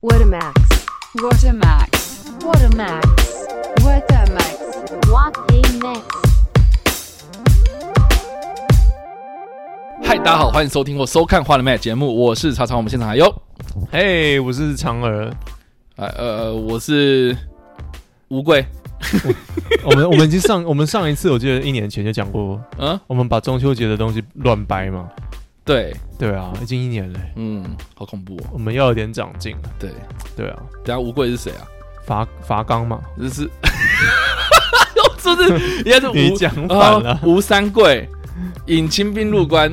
What a max. What a max. What a max. What a max. What a max. 嗨，大家好，欢迎收听或收看《花的麦》节目，我是常常，我们现场还有，嘿我是嫦娥。呃呃，我是乌龟， 我们我们已经上我们上一次我记得一年前就讲过，嗯，我们把中秋节的东西乱掰嘛。对，对啊，已经一年了，嗯，好恐怖哦，我们要有点长进了。对，对啊，等一下乌龟是谁啊？罚罚纲嘛，这是， 这是应该是你吴讲反啊了。吴三桂引清兵入关，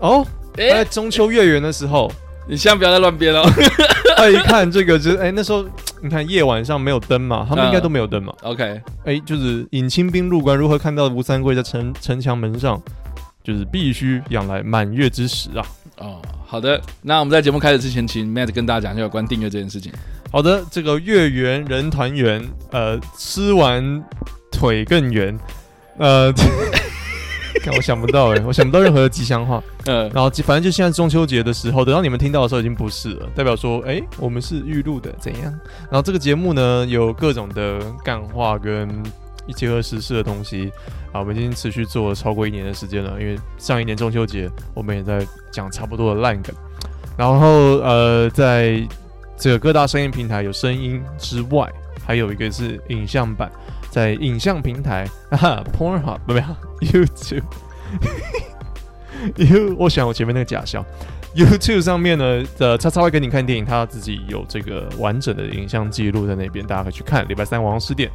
哦，哎、在中秋月圆的时候，你千万不要再乱编了 他一看这个就是哎那时候。你看夜晚上没有灯嘛，他们应该都没有灯嘛。 ，OK，哎、就是引清兵入关，如何看到吴三桂在城城墙门上，就是必须仰赖满月之时啊。哦，好的，那我们在节目开始之前，请 Matt 跟大家讲一下有关订阅这件事情。好的，这个月圆人团圆，呃，吃完腿更圆，呃， 看我想不到哎、我想不到任何的吉祥话。呃，然后反正就现在中秋节的时候，等到你们听到的时候已经不是了，代表说，哎、我们是预录的，怎样？然后这个节目呢，有各种的干话跟结合时事的东西啊，我们已经持续做了超过一年的时间了，因为上一年中秋节我们也在讲差不多的烂梗，然后呃，在这个各大声音平台有声音之外，还有一个是影像版，在影像平台啊哈，Pornhub 不没有 YouTube。You，我 想我前面那个假笑。YouTube 上面呢，呃，叉叉会跟你看电影，他自己有这个完整的影像记录在那边，大家可以去看。礼拜三晚上十点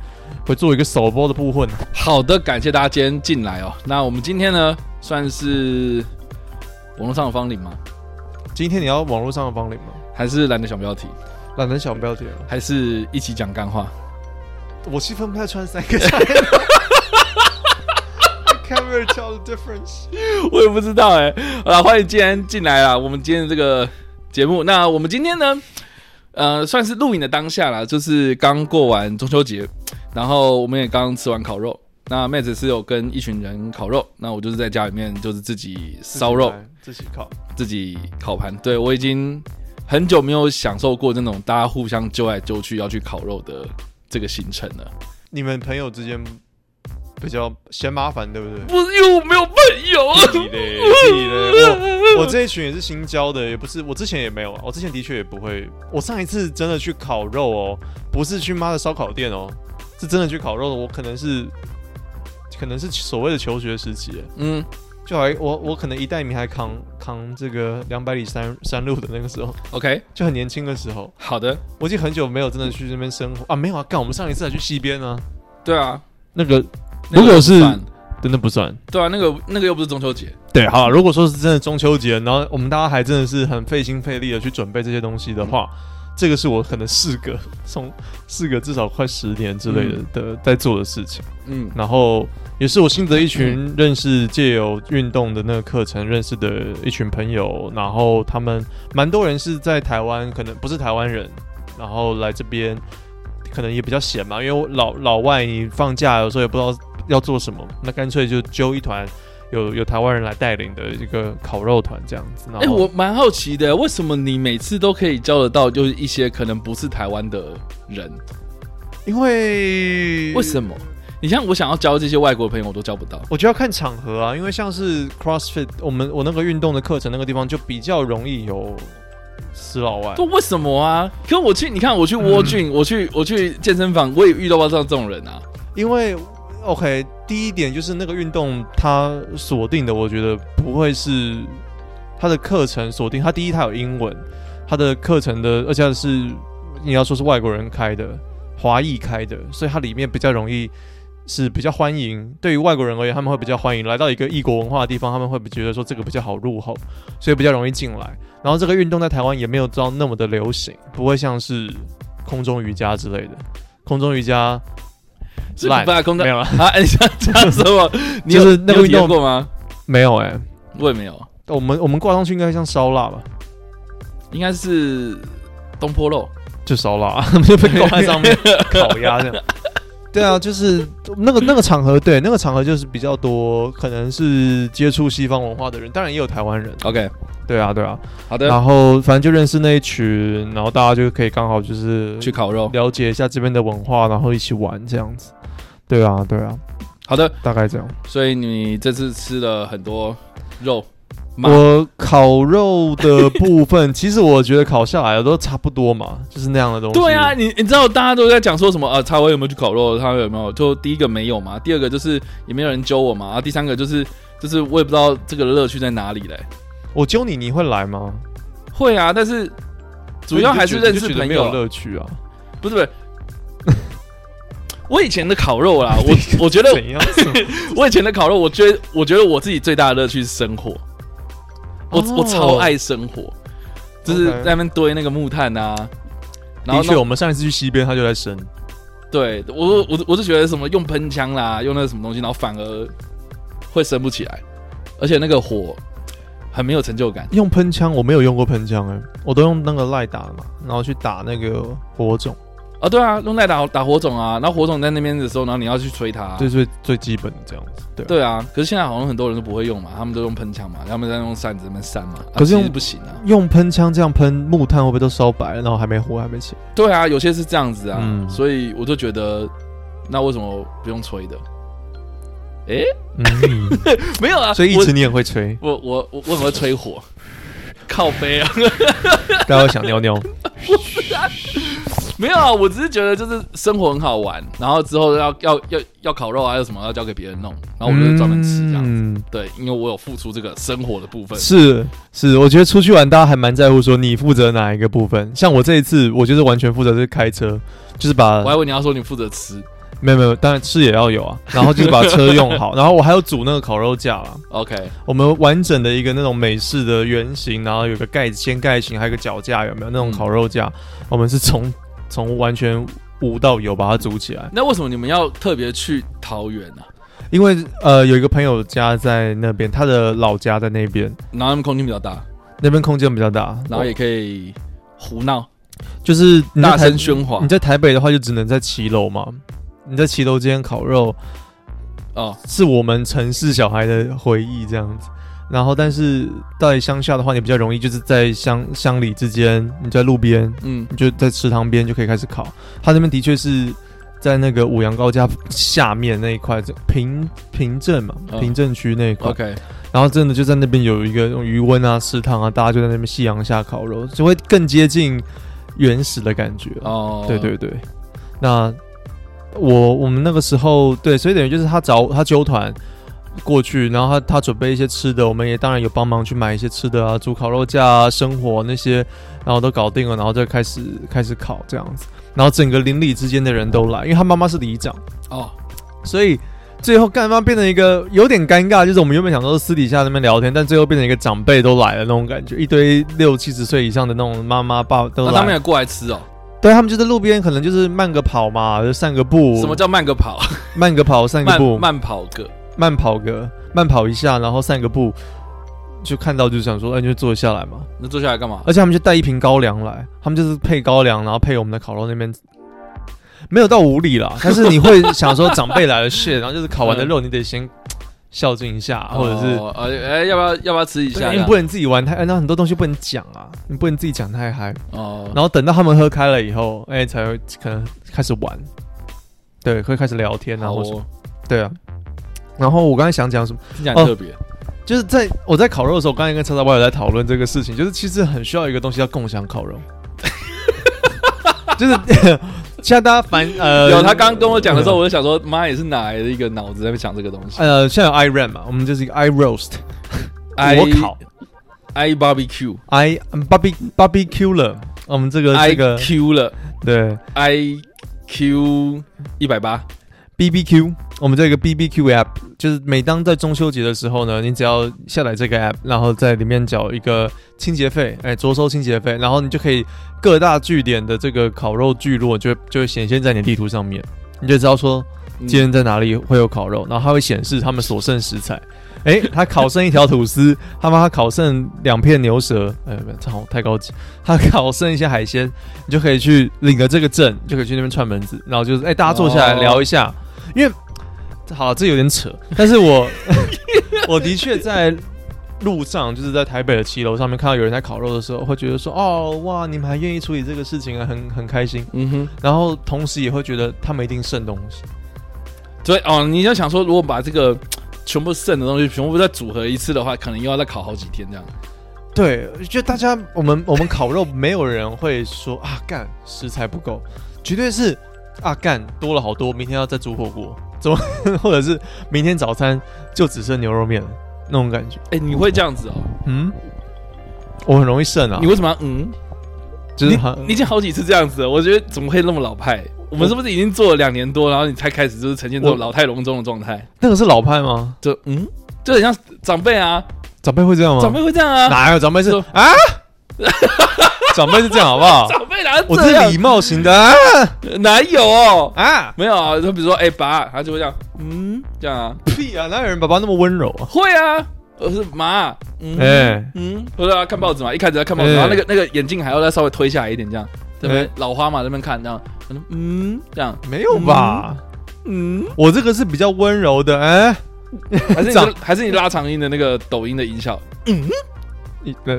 会做一个首播的部分。好的，感谢大家今天进来哦。那我们今天呢，算是呃网络上的芳龄吗？今天你要网络上的帮领吗？还是懒得想标题？懒人小标题了，还是一起讲干话？我是分不太穿三个 c a n never tell the difference。 我也不知道哎、好啦，欢迎今天进来啦，我们今天的这个节目，那我们今天呢，呃，算是录影的当下啦，就是刚过完中秋节，然后我们也刚吃完烤肉。那妹子是有跟一群人烤肉，那我就是在家里面就是自己烧肉，自己烤。自己烤盘。对我已经很久没有享受过这种大家互相揪来揪去要去烤肉的这个行程了。你们朋友之间比较嫌麻烦，对不 对？不是因为我没有朋友啊，屁嘞，屁 嘞！我我这一群也是新交的，也不是我之前也没有啊，我之前的确也不会。我上一次真的去烤肉哦，不是去妈的烧烤店哦，是真的去烤肉的。我可能是，可能是所谓的求学时期耶， 嗯，就还我我可能一代名还扛扛这个两百里山山路的那个时候， OK，就很年轻的时候，好的，我已经很久没有真的去那边生活啊，没有啊，干我们上一次还去西边啊，对啊。那个那个如果是不算真的不算。对啊，那个那个又不是中秋节，对，好，如果说是真的中秋节，然后我们大家还真的是很费心费力的去准备这些东西的话，这个是我可能四个从四个至少快十年之类的、嗯的在做的事情，嗯，然后也是我新的一群认识借由运动的那个课程认识的一群朋友，然后他们蛮多人是在台湾，可能不是台湾人，然后来这边可能也比较闲嘛，因为我老老外你放假有时候也不知道要做什么，那干脆就揪一团有有台湾人来带领的一个烤肉团这样子。哎、然后我蛮好奇的，为什么你每次都可以交得到，就是一些可能不是台湾的人？因为为什么？你像我想要交这些外国朋友，我都交不到。我觉得要看场合啊，因为像是 CrossFit，我们我那个运动的课程那个地方就比较容易有死老外都。为什么啊？可我去，你看我去窝嗯俊、我去我去健身房，我也遇到过这种人啊。因为 OK，第一点就是那个运动它锁定的，我觉得不会是它的课程锁定。它第一，它有英文，它的课程的，而且是你要说是外国人开的，华裔开的，所以它里面比较容易。是比较欢迎，对于外国人而言，他们会比较欢迎来到一个异国文化的地方，他们会觉得说这个比较好入口，所以比较容易进来。然后这个运动在台湾也没有到那么的流行，不会像是空中瑜伽之类的。空中瑜伽是烂不大空的没有了， 啊？哎你想讲什 么？你有就是那你个有体验运动过吗？没有哎、我也没有，哦我们我们挂上去应该像烧腊吧，应该是东坡肉。就烧 腊，就被挂在上面 烤鸭这样。对啊，就是那个那个场合，对那个场合就是比较多，可能是接触西方文化的人，当然也有台湾人， OK，对啊，对啊。好的，然后反正就认识那一群，然后大家就可以刚好就是去烤肉。了解一下这边的文化，然后一起玩这样子。对啊，对啊，好的，大概这样。所以你这次吃了很多肉吗？我烤肉的部分， 其实我觉得烤下来的都差不多嘛，就是那样的东西。对啊，，你你知道大家都在讲说什么啊？茶威有没有去烤肉？他有没有？就第一个没有嘛，第二个就是也没有人揪我嘛，然啊后第三个就是就是我也不知道这个乐趣在哪里嘞。我揪你，你会来吗？会啊，但是主要还是认你识就觉得朋没有友，乐趣 啊。不是不是。 我以前的烤肉啦，我我觉 得怎样？我以前的烤肉，我觉得我觉得我自己最大的乐趣是生火，我、哦我超爱生火，就是在那边堆那个木炭啊，然后那的确，我们上一次去西边，他就在生。对我我我是觉得什么用喷枪啦，用那个什么东西，然后反而会升不起来，而且那个火很没有成就感。用喷枪，我没有用过喷枪哎、我都用那个赖打的嘛，然后去打那个火种，啊，对啊，用来打打火种啊，然后火种在那边的时候，然后你要去吹它、啊这是最最基本的这样子。啊对啊，对啊，可是现在好像很多人都不会用嘛，他们都用喷枪嘛，他们在用扇子那边扇嘛，啊可是用其实不行啊。用喷枪这样喷木炭会不会都烧白了，然后还没火还没起？对啊，有些是这样子啊，嗯所以我就觉得，那为什么不用吹的？嗯， 没有啊，所以一直你也会吹，我我我我怎么会吹火？靠背啊，大家会想 尿尿。 没有啊，我只是觉得就是生活很好玩，然后之后要要要要烤肉啊，要什么要交给别人弄，然后我就专门吃这样子。嗯对，因为我有付出这个生活的部分。是是，我觉得出去玩大家还蛮在乎说你负责哪一个部分。像我这一次，我就是完全负责是开车，就是把我还以为你要说你负责吃没有没有，当然吃也要有啊，然后就是把车用好，然后我还有煮那个烤肉架啦。 ，OK，我们完整的一个那种美式的圆形，然后有个盖子掀盖型，还有个脚架，有没有那种嗯烤肉架？我们是从从完全无到有把它组起来，那为什么你们要特别去桃园呢、啊？因为呃有一个朋友家在那边，他的老家在那边，然后他们空间比较大，那边空间比较大，然后也可以胡闹、就是你在大台声喧哗你在台北的话，就只能在骑楼嘛。你在骑楼间烤肉，哦。是我们城市小孩的回忆这样子。然后，但是到底乡下的话，你比较容易，就是在乡乡里之间，你在路边，嗯，你就在池塘边就可以开始烤。他那边的确是在那个五羊高架下面那一块，这平平镇嘛，嗯平镇区那一块。 OK，然后真的就在那边有一个那种余温啊、食堂啊，大家就在那边夕阳下烤肉，就会更接近原始的感觉。啊哦，对对对，那我我们那个时候对，所以等于就是他找他纠团过去，然后他他准备一些吃的，我们也当然有帮忙去买一些吃的啊，煮烤肉架啊、生火那些，然后都搞定了，然后再开始开始烤这样子，然后整个邻里之间的人都来，因为他妈妈是里长，哦，所以。最后干嘛变成一个有点尴尬，就是我们原本想说私底下那边聊天，但最后变成一个长辈都来了那种感觉，一堆六七十岁以上的那种妈妈爸那都来了、他们也过来吃哦。对他们就在路边，可能就是慢个跑嘛，就散个步。什么叫慢个跑？啊慢个跑，散个慢步，慢慢跑个跑个，慢跑一下，然后散个步，就看到就想说，哎，你就坐下来嘛。那坐下来干嘛？而且他们就带一瓶高粱来，他们就是配高粱，然后配我们的烤肉那边，没有到无理啦，但是你会想说长辈 来了 shit，然后就是烤完的肉，你得先孝敬一下，啊或者是。嗯哦啊呃哎、要不要要不要吃一对下？因为你不能自己玩太，那很多东西不能讲啊，你不能自己讲太嗨。哦，然后等到他们喝开了以后，哎、才会可能开始玩，对，会开始聊天啊，好或者、哦，对啊。然后我刚才想讲什么，听起来很特别、哦就是在我在烤肉的时候，刚才跟叉叉 Y 有在讨论这个事情，就是其实很需要一个东西叫共享烤肉， 就是现在大家烦呃，有他刚刚跟我讲的时候，我就想说，妈也是哪来的一个脑子在那边想这个东西呃，现在有 i r a n 嘛，我们就是一个 i roast， ？I 啊我烤 I barbecue i barbecue barbecue 了，我们这个呃这 I 个 Q 了对 I Q 一百八 B B Q，我们这个 B B Q app，就是每当在中秋节的时候呢，你只要下载这个 app，然后在里面缴一个清洁费，哎，着收清洁费，然后你就可以各大据点的这个烤肉聚落就会就会显现在你的地图上面，你就知道说嗯今天在哪里会有烤肉，然后它会显示他们所剩食材。哎，他烤剩一条吐司， 他妈他烤剩两片牛舌，哎，没有这好太高级。他烤剩一些海鲜，你就可以去领了这个证，就可以去那边串门子，然后就是哎，大家坐下来哦聊一下， 因为好了，这有点扯，但是我我的确在路上，就是在台北的骑楼上面看到有人在烤肉的时候，会觉得说哦哇，你们还愿意处理这个事情啊，很很开心。嗯哼，然后同时也会觉得他们一定剩东西，所以哦，你就想说，如果把这个全部剩的东西全部再组合一次的话，可能又要再烤好几天这样。对，就大家我们我们烤肉，没有人会说啊干食材不够，绝对是啊干多了好多，明天要再煮火锅，怎么或者是明天早餐就只剩牛肉面了那种感觉。哎、你会这样子哦？嗯，我很容易剩啊你，为什么要嗯？就是很你已经好几次这样子了，我觉得怎么会那么老派？我们是不是已经做了两年多，然后你才开始就是呈现这种我老态龙钟的状态？那个是老派吗？就嗯，就很像长辈啊，长辈会这样吗？长辈会这样啊，哪有长辈是说啊？ 长辈是这样好不好？ 长辈哪我这是样礼貌型的啊哪有哦？啊！没有啊，就比如说哎、爸，他就会这样，嗯，这样啊，屁啊！哪有人爸爸那么温柔啊？会啊，我是妈，嗯。哎嗯，不是啊，看报纸嘛，一开始在看报纸，哎然后那个那个眼镜还要再稍微推下来一点，这样，对不对哎？老花嘛，这边看，这样，嗯，这样，没有吧？嗯，我这个是比较温柔的，哎，还是你长就还是你拉长音的那个抖音的音效，你呃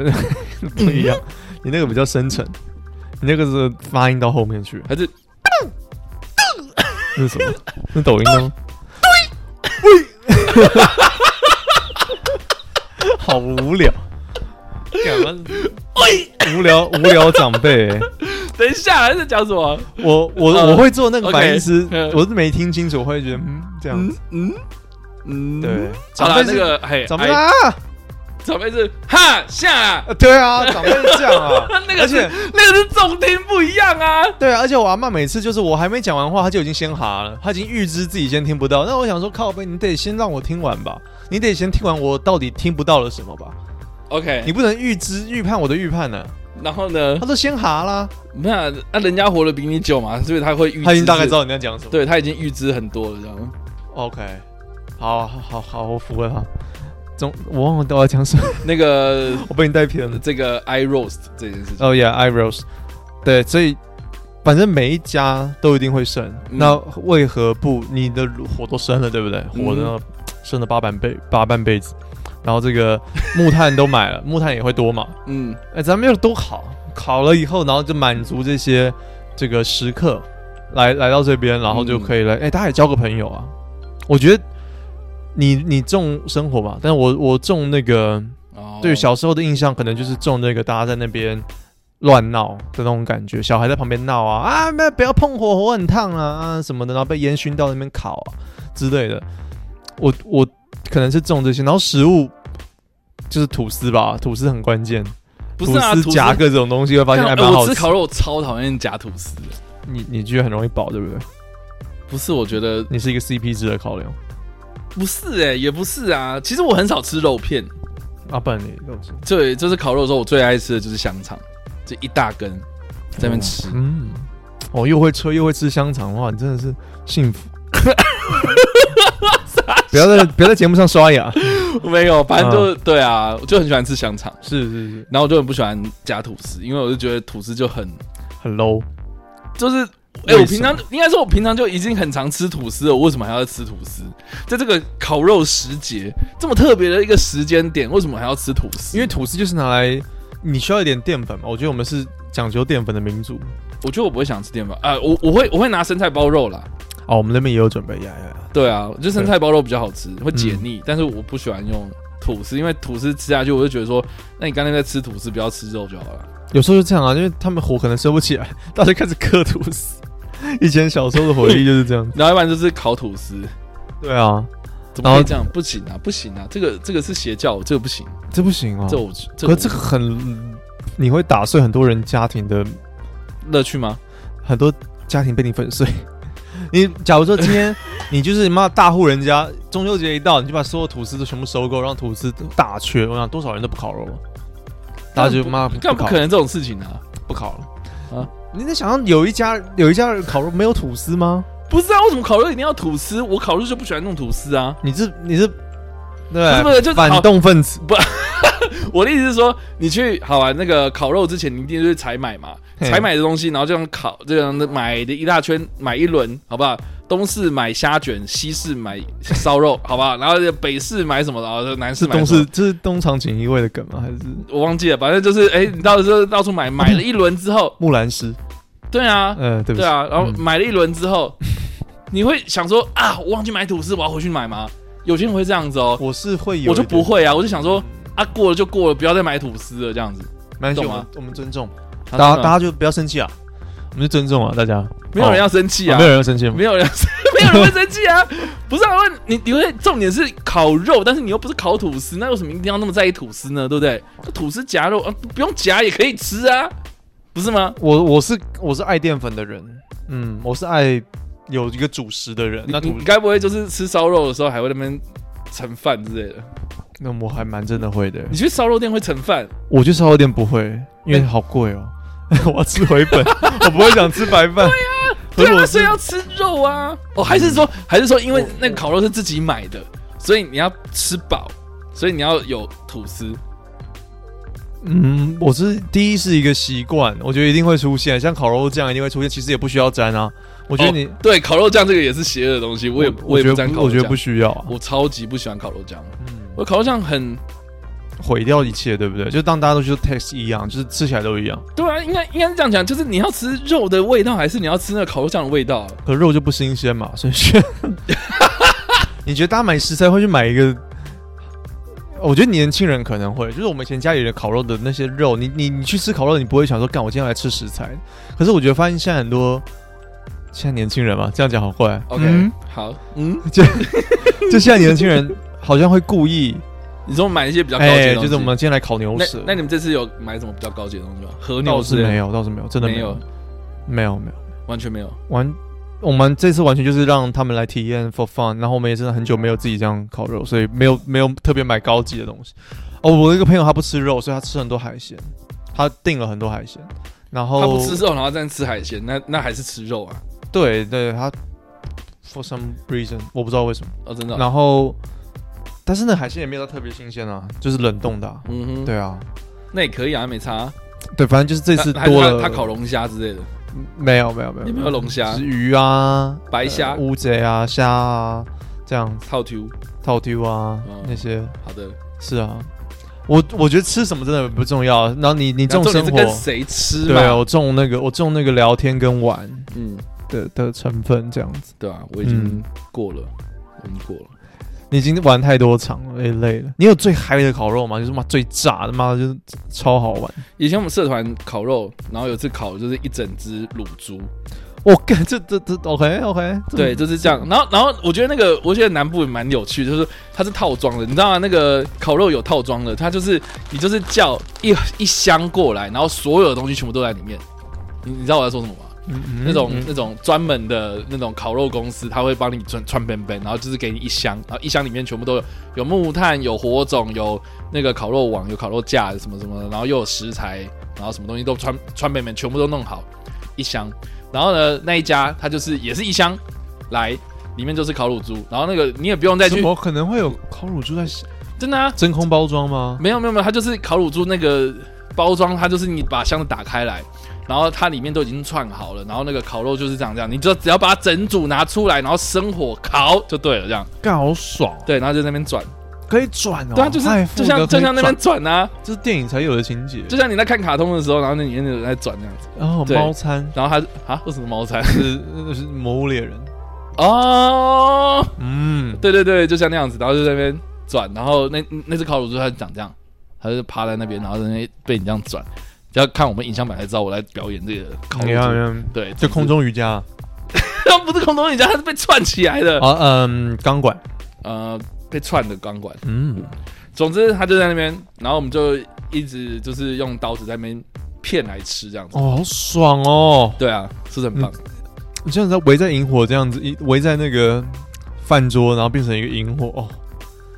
不一样， 你那个比较深沉，你那个是发音到后面去，还是那是什 么？那抖音的吗？ 好无聊，干嘛？无聊无聊长辈、哎等一下还是讲什么？我我、呃我会做那个反 OK，义词嗯，我是没听清楚，我会觉得嗯这样嗯子，嗯嗯，对，好长了，辈那是个嘿，长辈哎啊，长辈是哈下啊，，呃对啊，长辈是这样啊那个而是且那个是重听不一样啊，对啊，而且我阿妈每次就是我还没讲完话，她就已经先哈了，她已经预知自己先听不到。那我想说，靠背，你得先让我听完吧，你得先听完我到底听不到了什么吧，你 OK，不能预知预判我的预判呢、啊然后呢她，都先哈啦，那那人家活得比你久嘛，所以他会预知，她已经大概知，道你在讲什么。哦对他已经预知很多了这样。 ，OK，好好好好，我服了哈。总我忘了我要讲什么，那个我被你带偏了。这个 I roast 这件事情，哦、yeah，eyebrows，对，所以反正每一家都一定会生，嗯那为何不你的火都生了，对不对？火嗯呢、生了八半辈八半辈子，然后这个木炭都买了，木 炭也会多嘛？嗯，哎，咱们要都烤，烤了以后，然后就满足这些这个食客来来到这边，然后嗯就可以来，哎、大家也交个朋友啊。我觉得你你重生活嘛，但我我重那个哦，对小时候的印象，可能就是种那个大家在那边乱闹的那种感觉，小孩在旁边闹啊啊，不要不要碰火，火很烫啊啊什么的，然后被烟熏到那边烤啊之类的。我我可能是种这些，然后食物就是吐司吧，吐司很关键，不是啊，吐吐司司夹各种东西会发现还干蛮哎好我吃吃。烤肉我超讨厌夹吐司的，你你觉得很容易饱，对不对？不是，我觉得你是一个 CP 值的考量不是哎、也不是啊。其实我很少吃肉片，啊，不然你肉吃对，就是烤肉的时候，我最爱吃的就是香肠，就一大根在那边吃。 嗯，哦，又会吹又会吃香肠，哇，你真的是幸 福。不要在不要在节目上刷牙。没有，反正嗯就、对啊，我就很喜欢吃香肠，是是是，然后我就很不喜欢夹吐司，因为我就觉得吐司就很很 low。就是。哎、我为什平么常应该说，我平常就已经很常吃吐司了，我为什么还要吃吐司？在这个烤肉时节这么特别的一个时间点，为什么还要吃吐司？因为吐司就是拿来，你需要一点淀粉嘛。我觉得我们是讲究淀粉的民族。我觉得我不会想吃淀粉啊，我我会我会拿生菜包肉啦。哦，我们那边也有准备呀呀呀。对啊，我觉得生菜包肉比较好吃，嗯会解腻，但是我不喜欢用吐司，因为吐司吃下去我就觉得说，那你干脆在吃吐司，不要吃肉就好了。。有时候就这样啊，因为他们火可能收不起来，大家就开始嗑吐司。以前小时候的回忆就是这样然后要不然就是烤吐司， 对啊，怎么然后会这样？不行啊，不行啊，这个这个是邪教，这个不行，这不行啊。这我这可我是这个很，你会打碎很多人家庭的乐趣吗？很多家庭被你粉碎。 你假如说今天你就是妈大户人家，中秋节一到，你就把所有吐司都全部收购，让吐司大缺。我想多少人都不烤肉了，大家就妈不干不不烤可能这种事情啊！不烤了啊啊！你在想象有一家有一家人烤肉没有吐司吗？不是啊，为什么烤肉一定要吐司？我烤肉就不喜欢弄吐司啊。你是你是不是不对是，就是反好动分子我的意思是说，你去好玩那个烤肉之前，你一定就是采买嘛，嘿采买的东西，然后这样烤，这样买的一大圈，买一轮，好不好？东市买虾卷，西市买烧肉，好不好？然后北市买什么，然后南市是买东什么市，这是东厂锦衣卫的梗吗？还是我忘记了，反正就是哎、你到时候到处买，买了一轮之后，木兰诗？对啊，嗯， 对不对起，啊，然后嗯买了一轮之后，你会想说啊，我忘记买吐司，我要回去买吗？有些人会这样子哦，我是会有，我就不，会啊，我就想说啊，过了就过了，不要再买吐司了，这样子。没关系，懂我吗们我们尊重，啊大家真的大家就不要生气啊，我们就尊重啊，大家，没有人哦要生气啊，啊没有人要生气吗，没有人没有人会生 气啊！不是啊，问你你会重点是烤肉，但是你又不是烤吐司，那为什么一定要那么在意吐司呢？对不对？那吐司夹肉啊，不用夹也可以吃啊，不是吗？我我是我是爱淀粉的人，嗯，我是爱有一个主食的人。你那你土你该不会就是吃烧肉的时候还会在那边盛饭之类的？那我还蛮真的会的。你去烧肉店会盛饭？我去烧肉店不会，因为好贵哦、 我要吃回本， 我不会想吃白饭。对可是啊，我所以是要吃肉啊！哦，还是说还是说，因为那个烤肉是自己买的，所以你要吃饱，所以你要有吐司。嗯，我是第一是一个习惯，我觉得一定会出现，像烤肉酱一定会出现，其实也不需要沾啊。我我觉得你，对烤肉酱这个也是邪恶的东西，哦我也我也觉不得沾不烤我肉觉得酱不。需要啊，我超级不喜欢烤肉酱，嗯我烤肉酱很毁掉一切，对不对？就当大家都说 taste 一样，就是吃起来都一样，对啊，应该应该是这样讲，就是你要吃肉的味道，还是你要吃那个烤肉酱的味道？啊可肉就不新鲜嘛，所 以选。你觉得大家买食材会去买一个？我觉得年轻人可能会，就是我们以前家里的烤肉的那些肉，你你你去吃烤肉，你不会想说，干我今天要来吃食材。可是我觉得发现现在很多现在年轻人嘛，这样讲好怪。 OK，、嗯好，嗯，就现在年轻人好像会故 意，你说买一些比较高级的哎、东西，就是我们今天来烤牛那舌。那你们这次有买什么比较高级的东西吗？和牛倒之是类没的，有，倒是没有，真的没有，没有没有完全没有。完。我们这次完全就是让他们来体验 for fun，然后我们也真的很久没有自己这样烤肉，所以没有没有特别买高级的东西。哦，我有一个朋友他不吃肉，所以他吃很多海鲜，他订了很多海鲜，然后他不吃肉，然后但吃海鲜，那那还是吃肉啊？对对，他 for some reason 我不知道为什么，哦，真的哦、然后但是那海鲜也没有到特别新鲜啊，就是冷冻的、啊，嗯哼，对啊，那也可以啊，没差啊。对，反正就是这次那还是多了他他烤龙虾之类的，没有没有没有有没有龙虾只是鱼啊、白虾呃乌贼啊、虾啊这样子，套 Q。套丢啊、嗯那些好的，是啊。我我觉得吃什么真的不重要，然后你你那重重生点是活，跟谁吃对啊，嘛？我重那个我重那个聊天跟玩嗯，的的成分这样子。对啊，我已经嗯过了，我已经过了。你已经玩太多场了，也累了。你有最嗨的烤肉吗？就是妈最炸的，妈的就是超好玩。以前我们社团烤肉，然后有一次烤的就是一整只卤猪，我干这这这 OK OK，对，就是这样。然后，然后我觉得那个，我觉得南部也蛮有趣，就是它是套装的，你知道吗？那个烤肉有套装的，它就是你就是叫一一箱过来，然后所有的东西全部都在里面。你你知道我在说什么吗？嗯那种那种专门的那种烤肉公司，他会帮你串串边边，然后就是给你一箱，然后一箱里面全部都有有木炭、有火种、有那个烤肉网、有烤肉架什么什么的，然后又有食材，然后什么东西都串串边边，全部都弄好一箱。然后呢，那一家他就是也是一箱来，里面就是烤乳猪，然后那个你也不用再怎去么可能会有烤乳猪在真的啊，真空包装吗？没有没有没有，它就是烤乳猪那个包装，它就是你把箱子打开来，然后它里面都已经串好了，然后那个烤肉就是这样这样，你就只要把它整组拿出来，然后生火烤就对了，这样干好爽，对，然后就在那边转，可以转哦。对啊，就是太富就了像可就以像那边转转啊，这是电影才有的情节，就像你在看卡通的时候，然后那里面有人在转这样子，然后对猫餐然后它啊为什么猫 餐是那是魔物猎人，哦，嗯，对对对，就像那样子，然后就在那边转，然后那那只烤乳猪它就长这样，它就趴在那边，然后在那边被你这样转。要看我们影像版才知道我在表演这个烤你乳看猪，看对，就空中瑜伽 啊，它 不是空中瑜伽，它是被串起来的，嗯，钢管，呃，被串的钢管。嗯，总之，他就在那边，然后我们就一直就是用刀子在那边片来吃这样子。哦，嗯好爽哦！对啊，是不是很棒。你这样子围在萤火这样子，一围在那个饭桌，然后变成一个萤火哦，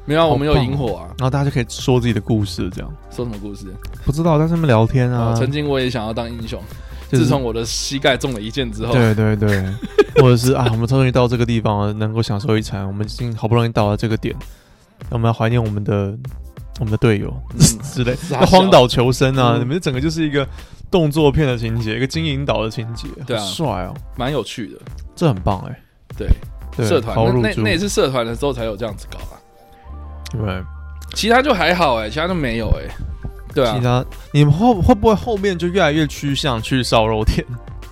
没有啊，好棒哦我们有萤火啊，然后大家就可以说自己的故事，这样说什么故事？不知道在上面聊天啊啊，，曾经我也想要当英雄，就是自从我的膝盖中了一箭之后，对对对， 或者是啊，我们终于到这个地方了，能够享受一餐，我们已经好不容易到了这个点，我们要怀念我们的我们的队友嗯 之类，傻要荒岛求生啊！啊嗯你们这整个就是一个动作片的情节，一个金银岛的情节，对啊好帅哦，蛮有趣的。这很棒哎、对，对社团好入那那住那也是啊社团的时候才有这样子搞啊，对，其他就还好哎、其他就没有哎、对啊其，他你们后会不会后面就越来越趋向去烧肉店？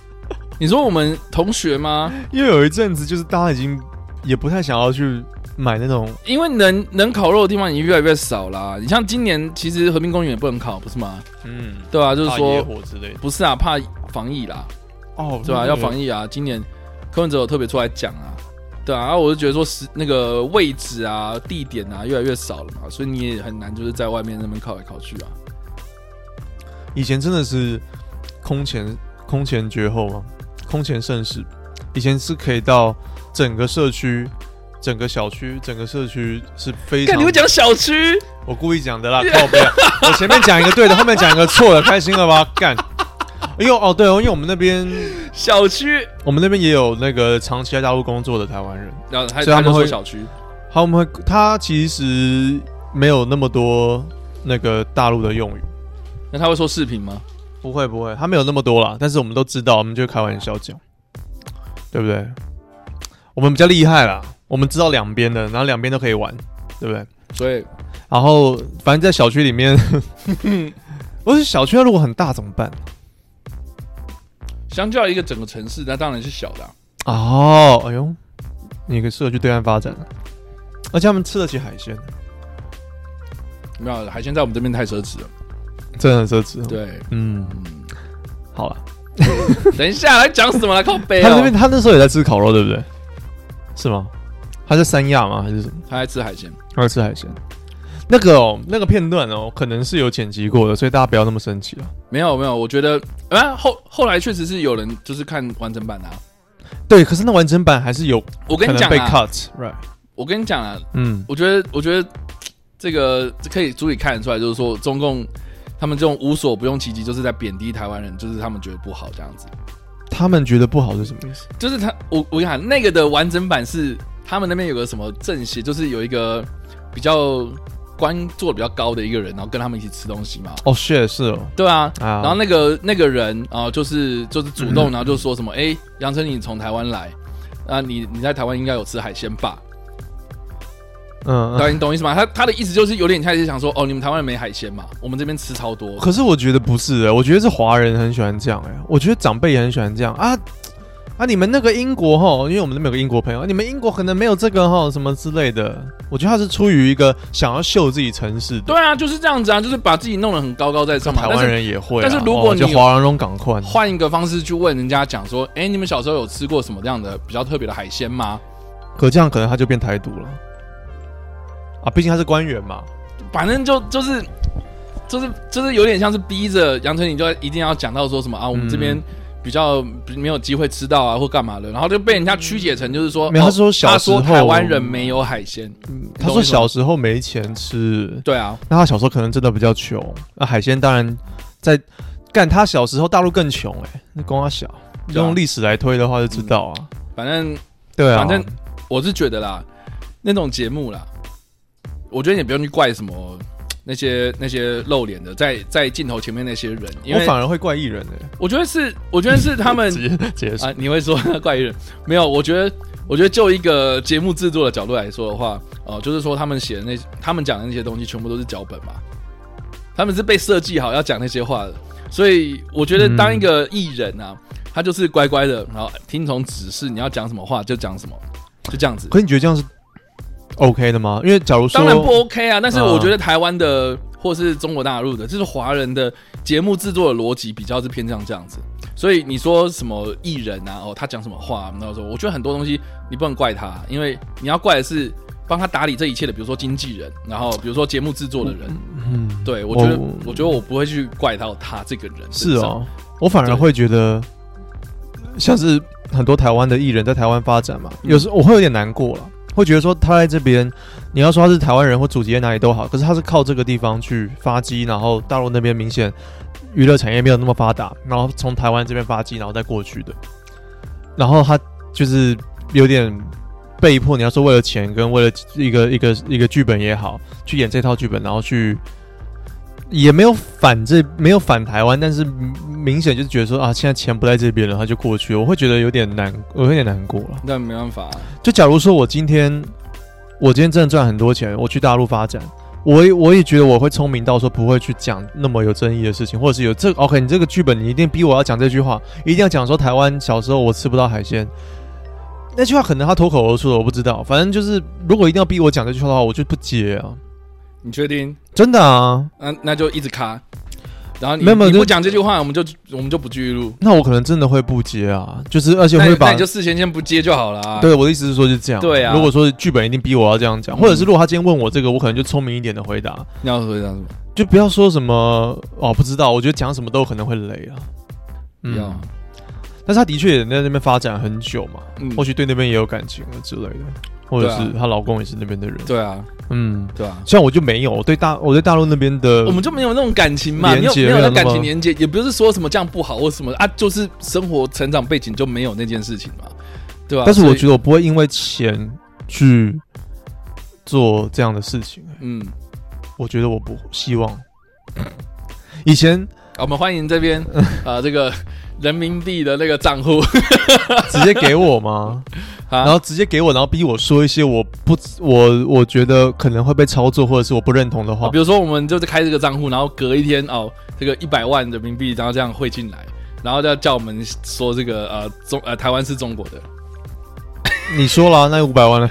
你说我们同学吗？因为有一阵子就是大家已经也不太想要去买那种因为能能烤肉的地方已经越来越少啦。你像今年其实和平公园也不能烤，不是吗？嗯，对啊，就是说火之类的不是啊，怕防疫啦，哦，对吧、啊？要防疫疫啊！今年柯文哲有特别出来讲啊，对啊，然后我就觉得说是那个位置啊、地点啊越来越少了嘛，所以你也很难就是在外面那边烤来烤去啊。以前真的是空前空前绝后嘛，空前盛世。以前是可以到整个社区、整个小区、整个社区是非看常你会讲小区，我故意讲的 啦，靠背啊。我前面讲一个对的，后面讲一个错的，开心了吧？干。因为哦对哦，因为我们那边小区，我们那边也有那个长期在大陆工作的台湾人，然后他所以他他们就说会小区，他们会他其实没有那么多那个大陆的用语，那他会说视频吗？不会不会，他没有那么多啦，但是我们都知道，我们就开玩笑讲，对不对？我们比较厉害啦，我们知道两边的，然后两边都可以玩，对不对？所以然后反正在小区里面， 我是小区啊如果很大怎么办？相较一个整个城市，那当然是小的啊、哦，哎呦，你可适合去对岸发展了，啊而且他们吃得起海鲜，没有啊海鲜在我们这边太奢侈了。真的很奢侈。，对，嗯，嗯，好了，等一下来讲什么来靠背他那边哦？他那时候也在吃烤肉，对不对？是吗？他在三亚吗？还是什么？他爱吃海鲜，他在吃海鲜。那个哦，那个片段哦，可能是有剪辑过的，所以大家不要那么生气啊。没有没有，我觉得啊后后来确实是有人就是看完整版的、啊。对，可是那完整版还是有可我跟你能讲被啊， cut，right？我跟你讲啊，嗯，我觉得我觉得这个这可以足以看得出来，就是说中共他们这种无所不用其极，就是在贬低台湾人，就是他们觉得不好这样子。他们觉得不好是什么意思？就是他，我我看那个的完整版是他们那边有个什么政协，就是有一个比较官做的比较高的一个人，然后跟他们一起吃东西嘛。哦，shit，是哦，对啊，啊，嗯然后那个那个人啊、就是就是主动，然后就说什么，哎、杨丞琳从台湾来，啊，你你在台湾应该有吃海鲜吧？对嗯，嗯啊，你懂我意思吗？他他的意思就是有点开始想说，哦，你们台湾人没海鲜嘛，我们这边吃超多。 可是我觉得不是、欸，我觉得是华人很喜欢这样、欸，我觉得长辈也很喜欢这样啊啊！你们那个英国哈，因为我们那边有个英国朋友，啊你们英国可能没有这个哈什么之类的，我觉得他是出于一个想要秀自己城市的，对啊，就是这样子啊，就是把自己弄得很高高在上嘛。台湾人也会啊、但是如果哦你就华人龙港宽但是，换一个方式去问人家讲说，哎、你们小时候有吃过什么样的比较特别的海鲜吗？可这样可能他就变台独了啊！毕竟他是官员嘛，反正就就是就是就是有点像是逼着杨丞琳就一定要讲到说什么啊，我们这边嗯比较没有机会吃到啊，或干嘛的，然后就被人家曲解成就是说，没有哦他说小他时候说台湾人没有海鲜，他说小时候没钱吃，对啊，那他小时候可能真的比较穷，那海鲜当然在干他小时候大陆更穷哎、那光他小。对啊用历史来推的话就知道啊，反正对啊，反正我是觉得啦，那种节目啦，我觉得也不用去怪什么那些那些露脸的在在镜头前面那些人，因我为反而会怪艺人哎、我觉得是我觉得是他们 直接直接说、啊，你会说 怪异人？没有，我觉得，我觉得就一个节目制作的角度来说的话，哦、就是说他们写的那，他们讲的那些东西，全部都是脚本嘛，他们是被设计好要讲那些话的，所以我觉得当一个艺人啊，他就是乖乖的，然后听从指示，你要讲什么话就讲什么，就这样子。可你觉得这样是 OK 的吗？因为假如说，当然不 OK 啊，但是我觉得台湾的、或是中国大陆的，就是华人的节目制作的逻辑比较是偏向这样子。所以你说什么艺人啊，哦，他讲什么话、啊，然后说，我觉得很多东西你不能怪他，因为你要怪的是帮他打理这一切的，比如说经纪人，然后比如说节目制作的人。嗯，对我觉得，我我觉得我不会去怪到他这个人。是，哦，我反而会觉得像是很多台湾的艺人在台湾发展嘛，有时候我会有点难过了，会觉得说他在这边，你要说他是台湾人或祖籍在哪里都好，可是他是靠这个地方去发迹，然后大陆那边明显娱乐产业没有那么发达，然后从台湾这边发迹，然后再过去的，然后他就是有点。被迫，你要说为了钱跟为了一个一个一个剧本也好，去演这套剧本，然后去也没有反这没有反台湾，但是明明显就是觉得说啊，现在钱不在这边了，他就过去了，我会觉得有点难，我有点难过了。那没办法啊、就假如说我今天我今天真的赚很多钱，我去大陆发展，我也我也觉得我会聪明到说不会去讲那么有争议的事情，或者是有这 OK，你这个剧本你一定逼我要讲这句话，一定要讲说台湾小时候我吃不到海鲜。那句话可能他脱口而出的，我不知道。反正就是，如果一定要逼我讲这句话的话，我就不接啊！你确定？真的啊，那那就一直卡。然后你没有没有你不就讲这句话，我们就我们就不继续录。那我可能真的会不接啊，就是而且那会你那把你就事先先不接就好了、啊。对，我的意思是说，是这样。对啊嗯如果说剧本一定逼我要这样讲，或者是如果他今天问我这个，我可能就聪明一点的回答，你要回答什么？就不要说什么哦，不知道。我觉得讲什么都可能会雷啊。不要，但是他的确也在那边发展很久嘛，嗯或许对那边也有感情了之类的，或者对啊是她老公也是那边的人。对啊，嗯，对啊，像我就没有，我对大我对大陆那边的我们就没有那种感情嘛，没呃连有结没有没有那那感情么连接，也不是说什么这样不好或什么啊，就是生活成长背景就没有那件事情嘛，对吧、但是我所以觉得我不会因为钱去做这样的事情、欸嗯，我觉得我不希望。以前啊我们欢迎这 边啊这个人民币的那个账户直接给我吗？然 啊，后直接给我，然后逼我说一些我不我我觉得可能会被操作或者是我不认同的 话啊比。如说我们就是开这个账户，然后隔一天哦，这个一百万人民币，然后这样汇进来。然后就要叫我们说这个呃中呃台湾是中国的， 你说了啊、那五百万呢？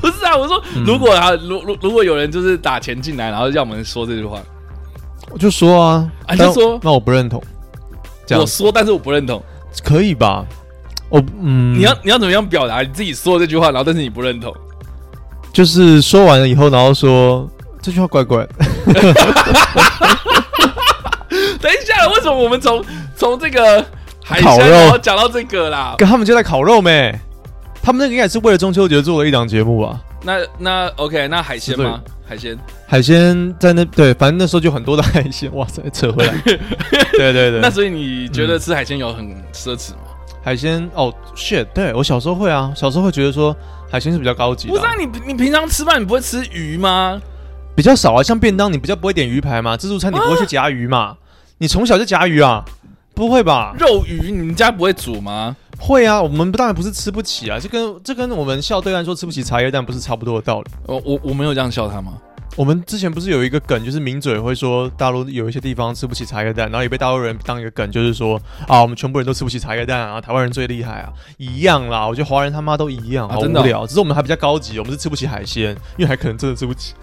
不是啊？我说嗯如果啊如如如果有人就是打钱进来，然后叫我们说这句话，我就说啊，啊你就但说那我不认同，这样我说但是我不认同，可以吧？我嗯，你要你要怎么样表达你自己说这句话，然后但是你不认同？ 就是说完了以后，然后说这句话怪怪，等一下，为什么我们从从这个海烤鲜肉然后讲到这个啦？ 跟他们就在烤肉没？他们那个应该也是为了中秋节做了一档节目吧？那那 OK，那海鲜吗？海鲜，海鲜在那对，反正那时候就很多的海鲜，哇塞，扯回来， 对对对，那所以你觉得吃海鲜有很奢侈吗？海鲜哦，shit，对我小时候会啊，小时候会觉得说海鲜是比较高级的不啊、是啊，你你平常吃饭你不会吃鱼吗？比较少啊，像便当你比较不会点鱼排嘛，自助餐你不会去夹鱼嘛，啊你从小就夹鱼啊，不会吧？肉鱼你们家不会煮吗？会啊，我们当然不是吃不起啊，这跟这跟我们校对岸说吃不起茶叶蛋不是差不多的道理。我我我没有这样笑他吗？我们之前不是有一个梗，就是名嘴会说大陆有一些地方吃不起茶叶蛋，然后也被大陆人当一个梗，就是说啊，我们全部人都吃不起茶叶蛋啊，台湾人最厉害啊，一样啦。我觉得华人他妈都一样，啊好无真的哦聊。只是我们还比较高级，我们是吃不起海鲜，因为还可能真的吃不 起。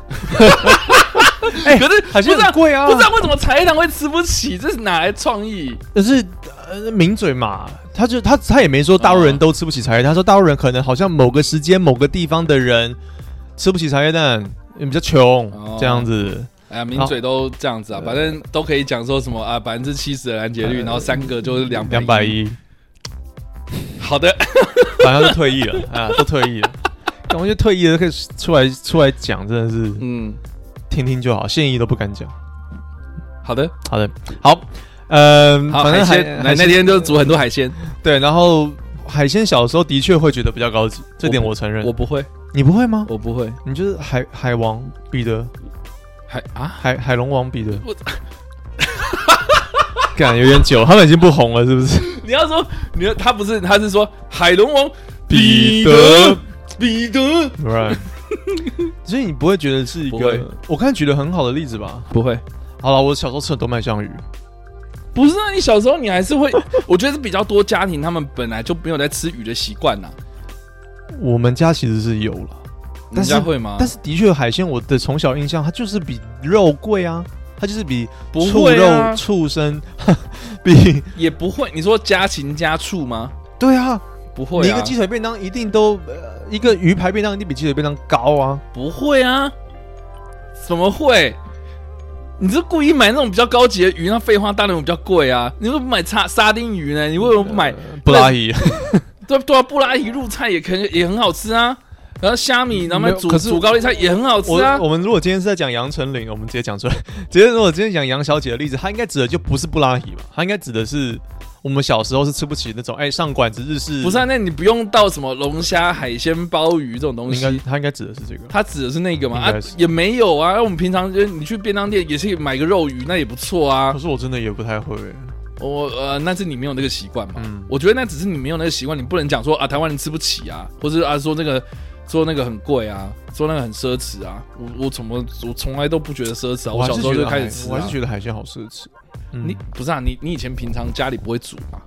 哎可是海鲜不是啊很贵啊，不知道为什么茶叶蛋会吃不起，这是哪来创意？可是呃，名嘴嘛，他就他他也没说大陆人都吃不起茶叶蛋，他说大陆人可能好像某个时间某个地方的人吃不起茶叶蛋，也比较穷、哦这样子。哎呀，名嘴都这样子啊，好反正都可以讲说什么啊，百分之七十的拦截率，呃然后三个就是两两百。一，好的，反正就退役 了啊，都退役了。感觉退役了可以出来出来讲，真的是嗯，听听就好，现役都不敢讲。好的，好的，好，呃，好，反嗯海正鲜，那那海鲜天就煮很多海鲜，对，然后海鲜小时候的确会觉得比较高级，这点我我承认。我不会，你不会吗？我不会，你就是海海王彼得。还啊，海海龙王彼得 我， 感有点久，他们已经不红了，是不是？你要说你要他不是，他是说海龙王彼彼得得彼得， ，right？所以你不会觉得是一不会个，我刚才举了很好的例子吧？不会，好了，我小时候吃很多麦香鱼，不是啊，你小时候你还是会， 我觉得是比较多家庭他们本来就没有在吃鱼的习惯啊呐，我们家其实是有了，你但们是家会吗？啊但是的确海鲜，我的从小印象它就是比肉贵啊，它就是比不畜会啊肉、，畜生， 比 也不会，你说家禽家畜吗？对啊，不会你一啊个，鸡腿便当一定都，呃一个鱼排便当一定比鸡腿便当高啊。不会啊，怎么会？你是故意买那种比较高级的鱼，那废话当然比较贵啊。你为什么不买沙沙丁鱼呢？你为什么不买呃布拉伊，对对啊，布拉鱼入菜也可以，也很好吃啊。然后虾米，然后没有煮可是煮高丽菜也很好吃我啊。我们如果今天是在讲杨丞琳，我 们直接讲出来。直接如果今天讲杨小姐的例子，她应该指的就不是布拉提吧？她应该指的是我们小时候是吃不起那种，哎、上馆子日式不是、啊，那你不用到什么龙虾、海鲜、鲍鱼这种东应该西，他应该指的是这个。它指的是那个嘛？应啊该是，也没有啊。我们平常就是你去便当店也是买个肉鱼，那也不错啊可。是我真的也不太会，我呃，那是你没有那个习惯嘛。嗯，我觉得那只是你没有那个习惯，你不能讲说啊，台湾人吃不起啊，或者啊说那个说那个很贵啊，说那个很奢侈啊。我我怎么我从来都不觉得奢侈啊，我还小是时候觉就得开海始吃、啊。我还是觉得海鲜好奢侈。嗯你不是啊，你你以前平常家里不会煮嘛？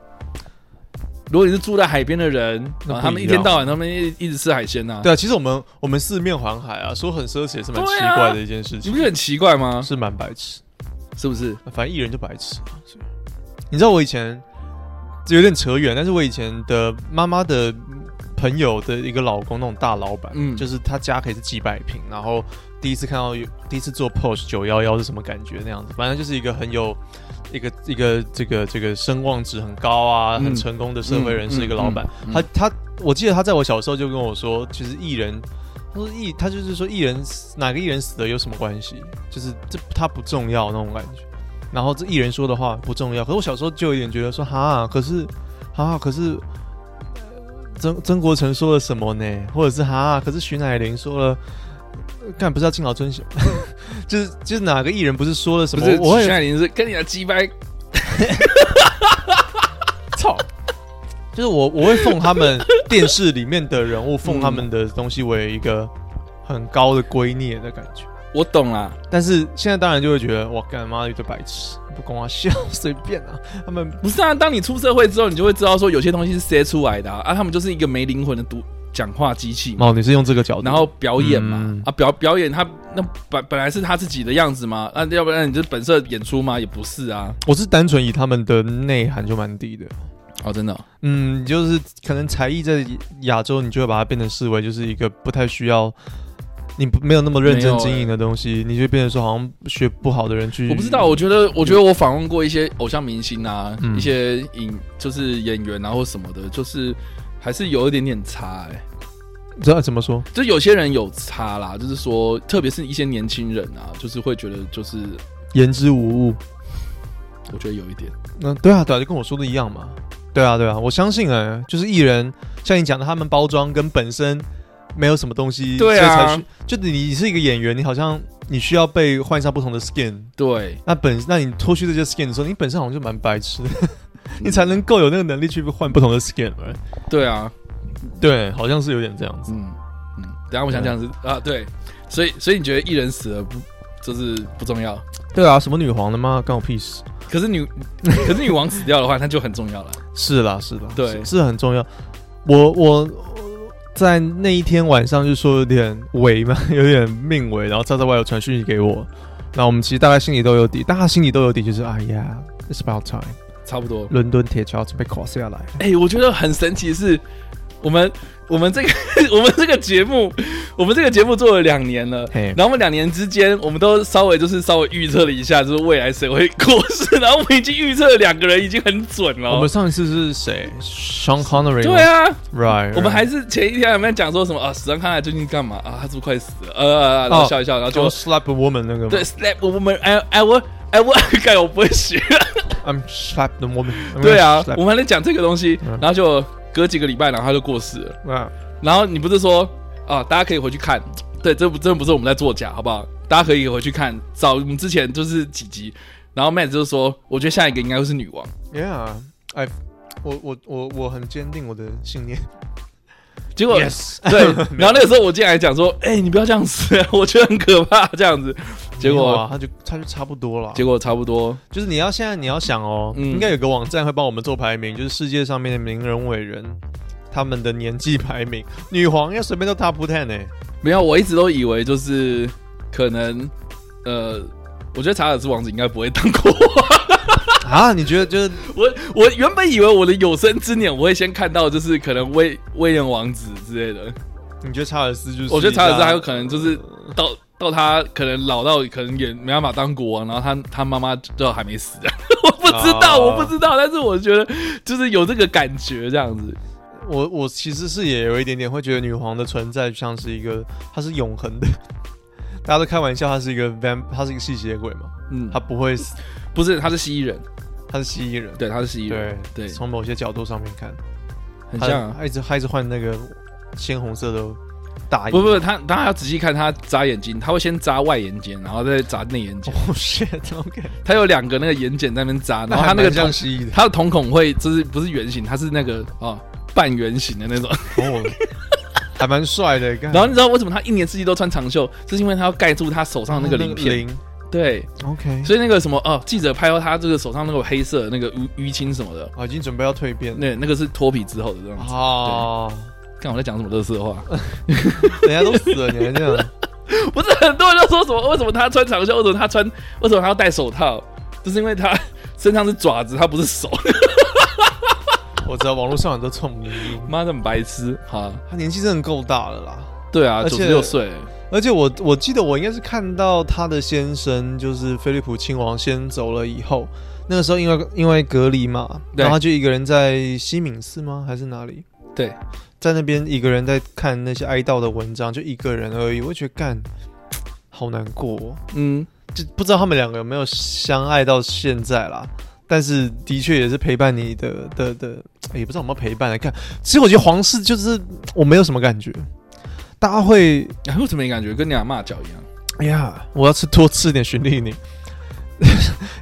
如果你是住在海边的人，那啊不他们一一天样到晚他们一一直吃海鲜呐、啊，对啊，其实我们我们四面环海啊，说很奢侈也是蛮对奇啊怪的一件事你情，不觉得很奇怪吗？是蛮白痴。是不是？反正艺人就白痴嘛。所以你知道我以前这有点扯远，但是我以前的妈妈的朋友的一个老公，那种大老板，嗯就是他家可以是几百平，然后第一次看到有第一次做 POS 九幺幺是什么感觉那样子，反正就是一个很有一个一个这个这个声望值很高啊，嗯很成功的社会人士一个老板，嗯嗯嗯他他我记得他在我小时候就跟我说，其实艺人。他说艺，他就是说艺人死哪个艺人死了有什么关系？就是这他不重要那种感觉。然后这艺人说的话不重要，可是我小时候就有点觉得说哈，可是哈，可是呃曾曾国成说了什么呢？或者是哈，可是徐乃麟说了，呃干不是要敬老尊贤， 就是就是哪个艺人不是说了什不么？是，我现会在已经是跟你的鸡掰，操，就是我我会奉他们电视里面的人物，奉他们的东西为一个很高的圭臬的感 觉。我懂啦。但是现在当然就会觉得，哇，干妈的一堆白痴，不跟我笑，随便 啊，他们不是啊，当你出社会之后，你就会知道说有些东西是塞出来的啊，啊他们就是一个没灵魂的独讲话机器嘛。哦，你是用这个角度，然后表演嘛，嗯啊表表演他那本本来是他自己的样子嘛，那、要不然你这本色演出吗？也不是啊，我是单纯以他们的内涵就蛮低的，哦真的哦、嗯，就是可能才艺在亚洲，你就会把它变成视为就是一个不太需要你不没有那么认没有欸真经营的东西，你就变成说好像学不好的人去，我不知道，我觉得，我觉得我访问过一些偶像明星啊，嗯一些影就是演员啊或什么的，就是还是有一点点差哎、知啊道怎么说，就有些人有差啦，就是说，特别是一些年轻人啊，就是会觉得，就是言之无物。我觉得有一点，嗯，对啊，对啊，就跟我说的一样嘛。对啊，对啊，我相信哎、就是艺人，像你讲的，他们包装跟本身没有什么东西，对啊所以才需就你是一个演员，你好像你需要被换上不同的 skin，对，那本那你脱去这些 skin 的时候，你本身好像就蛮白 痴的，你才能够有那个能力去换不同的 skin，right？对啊，对，好像是有点这样子。嗯嗯，等一下我想这样子啊，对，所以所以你觉得艺人死了不就是不重要？对啊，什么女皇的吗？关我屁事。可是女， 可是女王死掉的话，那就很重要了。是啦，是啦，对是是很重要。我我我在那一天晚上就说有点违嘛， 有点命违，然后赵在外有传讯息给我，那我们其实大概心里都有底，大家心里都有底，就是哎呀，it's about time，差不多。伦敦铁桥准备垮下来了。哎、我觉得很神奇的是，我们我们这个 我们这个节目，我们这个节目做了两年了。嘿然后我们两年之间，我们都稍微就是稍微预测了一下，就是未来谁会过世。 然后我们已经预测了两个人已经很准了。我们上一次是谁？Sean Connery 哦对吗啊， ，Right，我们还是前一天还没讲说什么啊，死人看来最近干嘛啊？他是不是快死了？呃，然后笑一笑，然后就、就 Oh，slap a woman 那个吗？对 slap 我们 I I will I will，该我不 会学。啊，I'm slap the woman。对啊，我们还在讲这个东西嗯，然后就隔几个礼拜，然后他就过世了。啊，然后你不是说啊，大家可以回去看，对，这不真的不是我们在作假，好不好？大家可以回去看，找我们之前就是几集，然后 Matt 就说，我觉得下一个应该会是女王， Yeah，I，我我我我很坚定我的信念。结果。 Yes， 对，然后那个时候我进来讲说，哎、你不要这样子，我觉得很可怕，这样子。结没有果、啊他就他就差不多了。结果差不多，就是你要现在你要想哦，嗯应该有个网站会帮我们做排名，就是世界上面的名人伟人他们的年纪排名，女皇要随便都 top ten 呢、 没有，我一直都以为就是可能，呃，我觉得查尔斯王子应该不会当国王。啊，你觉得就是 我我原本以为我的有生之年我会先看到就是可能威威廉王子之类的，你觉得查尔斯就是？我觉得查尔斯还有可能就是到到他可能老到可能也没办法当国王，然后他他妈妈就还没死， 我不知道，哦我不知道，但是我觉得就是有这个感觉这样子，我我其实是也有一点点会觉得女皇的存在像是一个，她是永恒的。 大家都开玩笑，她是一个 vamp，她是一个吸血鬼嘛，嗯，她不会死。不是他是蜥蜴人，他是蜥蜴人，对，他是蜥蜴人，对对从某些角度上面看，很他像啊。他一直他一直换那个鲜红色的大衣， 不不，他他要仔细看，他眨眼睛，他会先眨外眼睑，然后再眨内眼睑。哦 shit，OK，他有两个那个眼睑在那边眨，然后他那个蛮瞳像蜥蜴的，他的瞳孔会就是不是圆形，它是那个哦半圆形的那种。哦，还蛮帅的，然然后你知道为什么他一年四季都穿长袖？就是因为他要盖住他手上那个鳞片。零对， ，OK，所以那个什么哦，记者拍到他这个手上那个黑色的那个淤淤青什么的，哦，已经准备要蜕变了，那那个是脱皮之后的这样子。哦，看我在讲什么乐色话？人家都死了，你还这样，不是很多人都说什么？为什么他穿长袖？为什么他穿？为什么他要戴手套？就是因为他身上是爪子，他不是手。我知道网络上很多这种迷因妈的，很白痴！好啊，他年纪真的够大了啦。对啊，而九且十六岁，而且我我记得我应该是看到他的先生，就是菲利普亲王先走了以后，那个时候因为因为隔离嘛，对然后他就一个人在西敏寺吗？还是哪里？对，在那边一个人在看那些哀悼的文章，就一个人而已。我就觉得干，好难过、哦，嗯，就不知道他们两个有没有相爱到现在啦。但是的确也是陪伴你的的的，也不知道有没有陪伴来啊看。其实我觉得皇室就是我没有什么感觉，大家会哎为什么没感觉跟你阿骂脚一样？哎呀，我要吃多吃点循例你，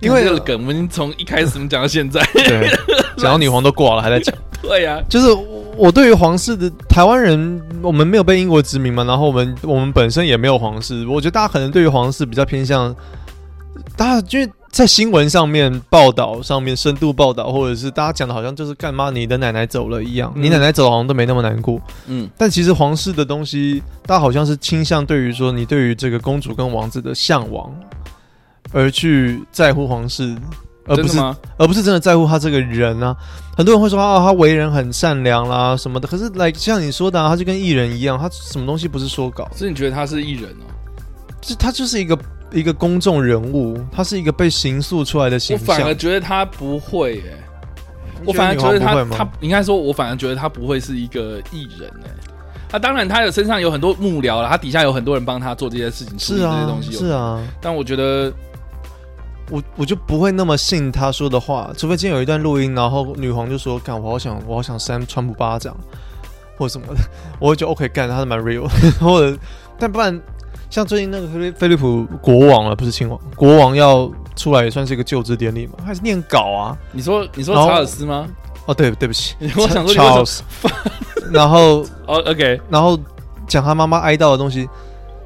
因这为个梗，我们已经从一开始我们讲到现在， 对，讲到女皇都挂了，还在讲。对啊呀、 就是我对于皇室的台湾人，我们没有被英国殖民嘛，然后我们我们本身也没有皇室，我觉得大家可能对于皇室比较偏向，大家因为在新闻上面报道上面深度报道，或者是大家讲的好像就是干嘛你的奶奶走了一样，你嗯奶奶走了好像都没那么难过，嗯，但其实皇室的东西，大家好像是倾向对于说你对于这个公主跟王子的向往，而去在乎皇室，而真的不是吗？而不是真的在乎他这个人啊。很多人会说啊，他为人很善良啦什么的，可是来、像你说的、啊，他就跟艺人一样，他什么东西不是说搞，所以你觉得他是艺人哦？就是他就是一个一个公众人物，他是一个被形塑出来的我形象。反而觉得他不会耶、我反而觉得你女他王不会他吗？应该说，我反而觉得他不会是一个艺人哎、那、当然，他的身上有很多幕僚了，他底下有很多人帮他做这些事情，处理这是些啊东，西。是，啊，但我觉得我我就不会那么信他说的话，除非今天有一段录音，然后女皇就说：“干，我好想，我好想扇川普巴掌，或什么的。”我会觉得 OK，干，他是蛮 real，或 者但不然，像最近那个菲利菲利普国王啊，不是亲王，国王要出来也算是一个就职典礼嘛，还是念稿啊？你说你说然后查尔斯吗？，哦，对，对不起 我想说你为什么 Charles，然 后哦，OK，然后讲他妈妈哀悼的东西，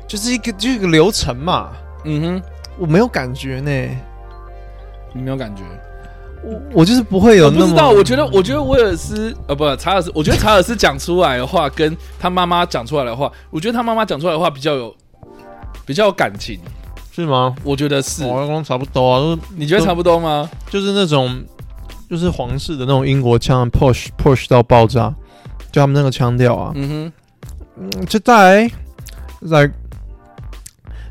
就是一个就是一个流程嘛，嗯哼，我没有感觉呢。你没有感觉？我我就是不会有我那不么，知道，我觉得我觉得威尔斯呃不查尔斯，我觉得查尔斯讲出来的话跟他妈妈讲出来的话，我觉得他妈妈讲出来的话比较有比较有感情，是吗？我觉得是。我跟差不多啊，就是你觉得差不多吗？就是那种就是皇室的那种英国腔，push push 到爆炸，就他们那个腔调啊，嗯嗯就在在。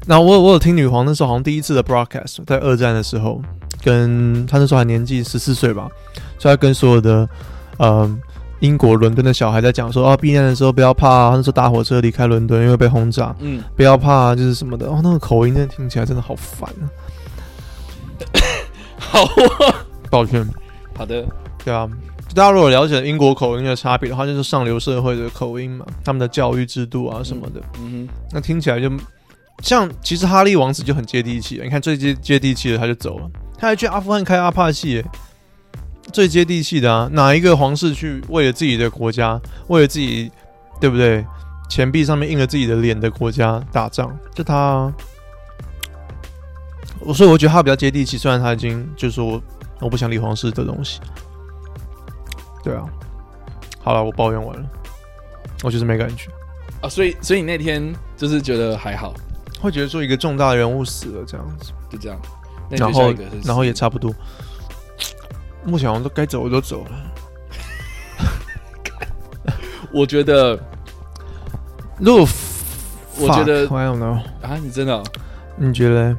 那我有我有听女皇那时候好像第一次的 broadcast，在二战的时候，跟她那时候还年纪十四岁吧，所以她跟所有的呃英国伦敦的小孩在讲说啊，避难的时候不要怕、啊，她那时候搭火车离开伦敦，因为被轰炸，哼，嗯，不要怕、啊、就是什么的。哦，那个口音真的听起来真的好烦啊， 好啊，抱歉。好的，对啊，大家如果了解英国口音的差别的话，就是上流社会的口音嘛，他们的教育制度啊什么的，嗯那听起来就像其实哈利王子就很接地气，你看最接接地气的他就走了，他还去阿富汗开阿帕契耶、最接地气的啊，哪一个皇室去为了自己的国家，为了自己，对不对？钱币上面印了自己的脸的国家打仗，就他、啊。我所以我觉得他比较接地气，虽然他已经就说我不想理皇室的东西。对啊，好了，我抱怨完了，我就是没感觉。哼，啊，所以所以你那天就是觉得还好，会觉得说一个重大人物死了这样子，就这样。那你然就后下一个是然后也差不多。目前好像都该走的都走了。我觉得 Loof，我觉得 I don't know，啊，你真的哦、你觉得嘞？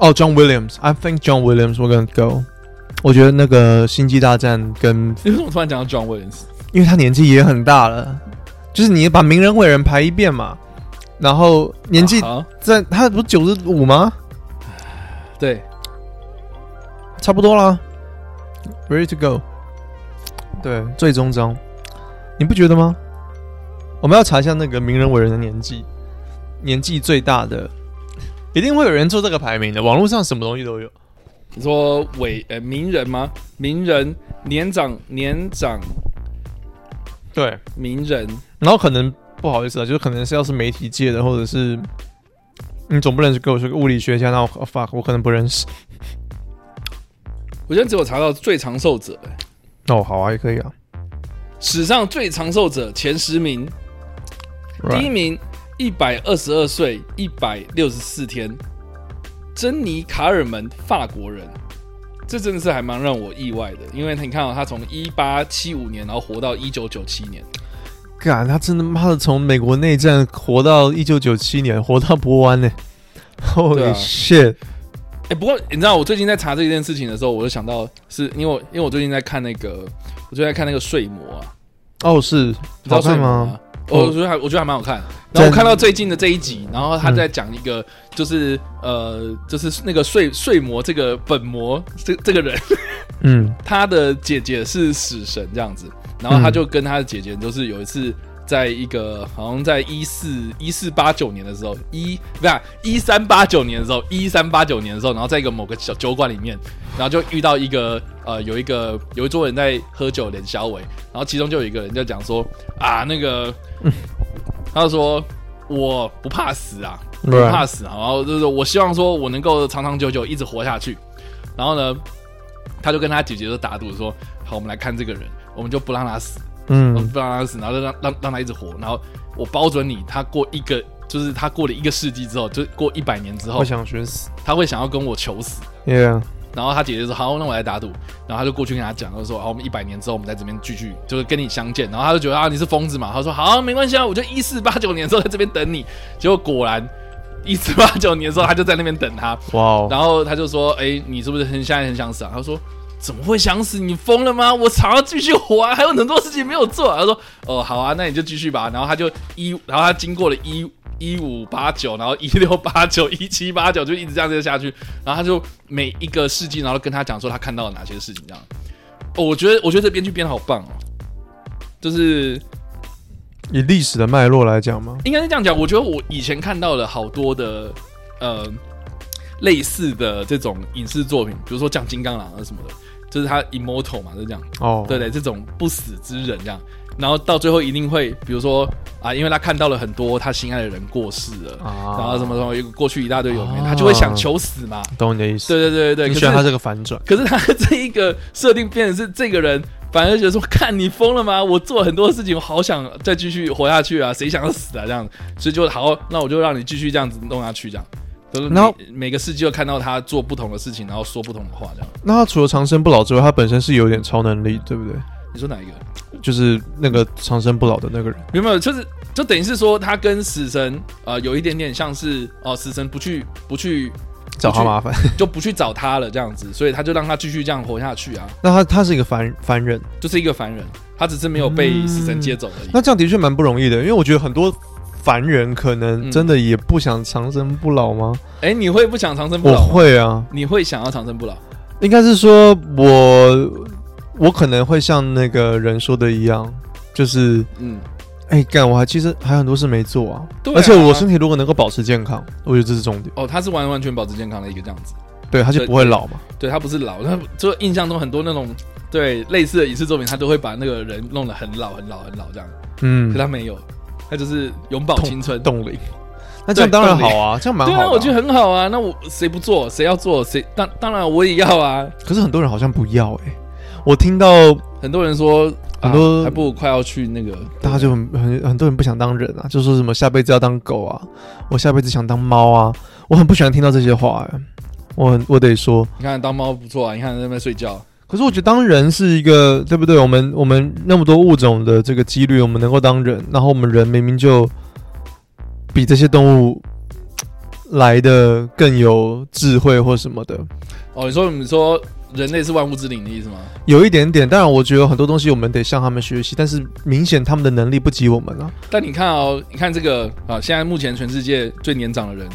哦、j o h n Williams，I think John Williams we're gonna go。我觉得那个《星际大战》跟，你为什么突然讲到 John Williams？因为他年纪也很大了，就是你把名人伟人排一遍嘛，然后 年纪啊好，在、他不九十五吗？对，差不多啦。 Ready to go。对，最终章，你不觉得吗？我们要查一下那个名人伟人的年纪，年纪最大的，一定会有人做这个排名的。网络上什么东西都有，你说伟呃名人吗？名人年长年长对。名人，然后可能不好意思啊，就是可能是要是媒体界的，或者是你总不能给我说个物理学家，那我 fuck 我可能不认识。我现在只有查到最长寿者、欸哦，好啊，也可以啊。史上最长寿者前十名，第一 Right 名一百二十二岁一百六十四天，珍妮卡尔门，法国人。这真的是还蛮让我意外的，因为你看哦到、他从一八七五年，然后活到一九九七年，干，他真的妈的从美国内战活到一九九七年，活到波湾呢、对 Holy 啊 shit！、哎、不过你知道，我最近在查这件事情的时候，我就想到是，因为我因为我最近在看那个，我最近在看那个睡魔啊，哦，是你知道好睡看魔吗？？我哦我觉得还我觉得还蛮好看。然真后我看到最近的这一集，然后他在讲一个，就是呃，就是那个睡睡魔这个本魔这这个人， 嗯，他的姐姐是死神这样子，然后他就跟他的姐姐就是有一次。在一个好像在一四一四八九年的时候，一不是一三八九年的时候，一三八九年的时候，然后在一个某个小酒馆里面，然后就遇到一个呃有一个有一桌人在喝酒连小伟，然后其中就有一个人就讲说啊那个，嗯他就说我不怕死啊，我不 Right 怕死啊，然后就是我希望说我能够长长久久一直活下去，然后呢，他就跟他姐姐就打赌说：“好，我们来看这个人，我们就不让他死，我们嗯不让他死，然后就让让让他一直活。然后我包准你，他过一个就是他过了一个世纪之后，就过一百年之后我，想学死他会想要跟我求死。 ，Yeah，然后他姐姐说：好，那我来打赌。然后他就过去跟他讲，他说：好，我们一百年之后，我们在这边继续就是跟你相见。然后他就觉得啊，你是疯子嘛？他说：好，没关系啊，我就一四八九年的时候在这边等你。结果果然一四八九年的时候，他就在那边等他。哇哦，然后他就说：“哎、你是不是很现在很想死啊？”他说：“怎么会想死？你疯了吗？我想要继续活啊，还有很多事情没有做。”他说：“哦，好啊，那你就继续吧。”然后他就一，然后他经过了一一五八九，然后一六八九、一七八九，就一直这样子下去。然后他就每一个世纪，然后跟他讲说他看到了哪些事情，这样。哦，我觉得，我觉得这编剧编的好棒哦，就是以历史的脉络来讲吗？应该是这样讲，我觉得我以前看到了好多的呃类似的这种影视作品，比如说像金刚狼啊什么的，就是他 immortal 嘛，就是这样，哦，对对，这种不死之人这样，然后到最后一定会，比如说啊，因为他看到了很多他心爱的人过世了，啊然后什么什么有过去一大堆有名，啊他就会想求死嘛，懂你的意思。对对对对对，你可喜欢他是这个反转，可是他这一个设定变成是这个人。反而觉得说，看你疯了吗？我做很多事情，我好想再继续活下去啊！谁想要死啊？这样，所以就好，那我就让你继续这样子弄下去，这样。就是然后每每个世纪都看到他做不同的事情，然后说不同的话，这样。那他除了长生不老之外，他本身是有点超能力，对不对？你说哪一个？就是那个长生不老的那个人。有没有？就是就等于是说，他跟死神呃有一点点像是哦、死神不去 不去找他麻烦。就不去找他了这样子，所以他就让他继续这样活下去啊，那他他是一个凡凡人，就是一个凡人，他只是没有被死神接走而已。那这样的确蛮不容易的，因为我觉得很多凡人可嗯能真的也不想长生不老吗？哎、你会不想长生不我老吗？会啊，你会想要长生不老？应该是说我我可能会像那个人说的一样，就是嗯，哎干、我还其实还有很多事没做啊，对啊而且我身体如果能够保持健康，我觉得这是重点，哦，他是完完全保持健康的一个这样子，对，他就不会老嘛。对他不是老，他就印象中很多那种对类似的影视作品，他都会把那个人弄得很老很老很老这样，嗯可，他没有，他就是永葆青春。冻龄。那这样当然好啊，这样蛮对好的、啊，我觉得很好啊。那我谁不做，谁要做，谁当当然我也要啊。可是很多人好像不要哎、我听到很多人说，啊很多还不如快要去那个，大家就很很很多人不想当人啊，就说什么下辈子要当狗啊，我下辈子想当猫啊，我很不喜欢听到这些话、欸，我很我得说，你看当猫不错啊，你看在那边睡觉，可是我觉得当人是一个对不对？我们我们那么多物种的这个几率，我们能够当人，然后我们人明明就比这些动物嘖来的更有智慧或什么的，哦，你说你说人类是万物之灵的意思吗？有一点点。当然，我觉得很多东西我们得向他们学习，但是明显他们的能力不及我们啊。但你看哦，你看这个啊，现在目前全世界最年长的人，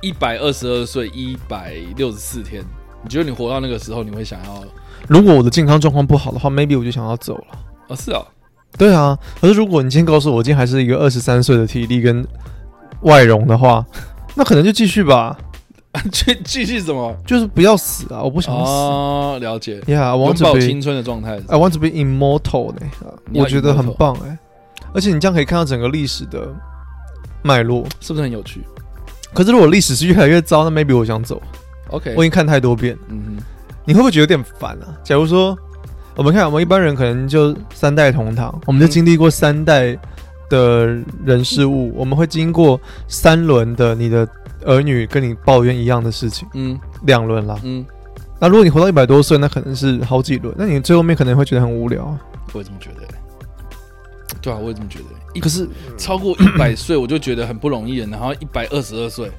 一百二十二岁，一百六十四天。你觉得你活到那个时候，你会想要？如果我的健康状况不好的话，maybe 我就想要走了。哦，是哦， 对啊，可是如果你今天告诉我，我今天还是一个二十三岁的体力跟外容的话，那可能就继续吧，继继续怎么？就是不要死啊！我不想死。哦，了解， Yeah，I 永 want to 葆 be 青春的状态。 I want to be immortal 呢、你要我觉得 immortal 很棒哎、而且你这样可以看到整个历史的脉络。是不是很有趣可是如果历史是越来越糟，那 maybe 我想走， ？OK，我已经看太多遍了，嗯你会不会觉得有点烦啊？假如说我们看我们一般人可能就三代同堂，我们就嗯经历过三代的人事物，我们会经过三轮的你的儿女跟你抱怨一样的事情，哼嗯两轮啦。嗯，那如果你活到一百多岁，那可能是好几轮，那你最后面可能会觉得很无聊啊。我也这么觉得欸。对啊，我也这么觉得欸。一可是超过一百岁，我就觉得很不容易了。然后一百二十二岁，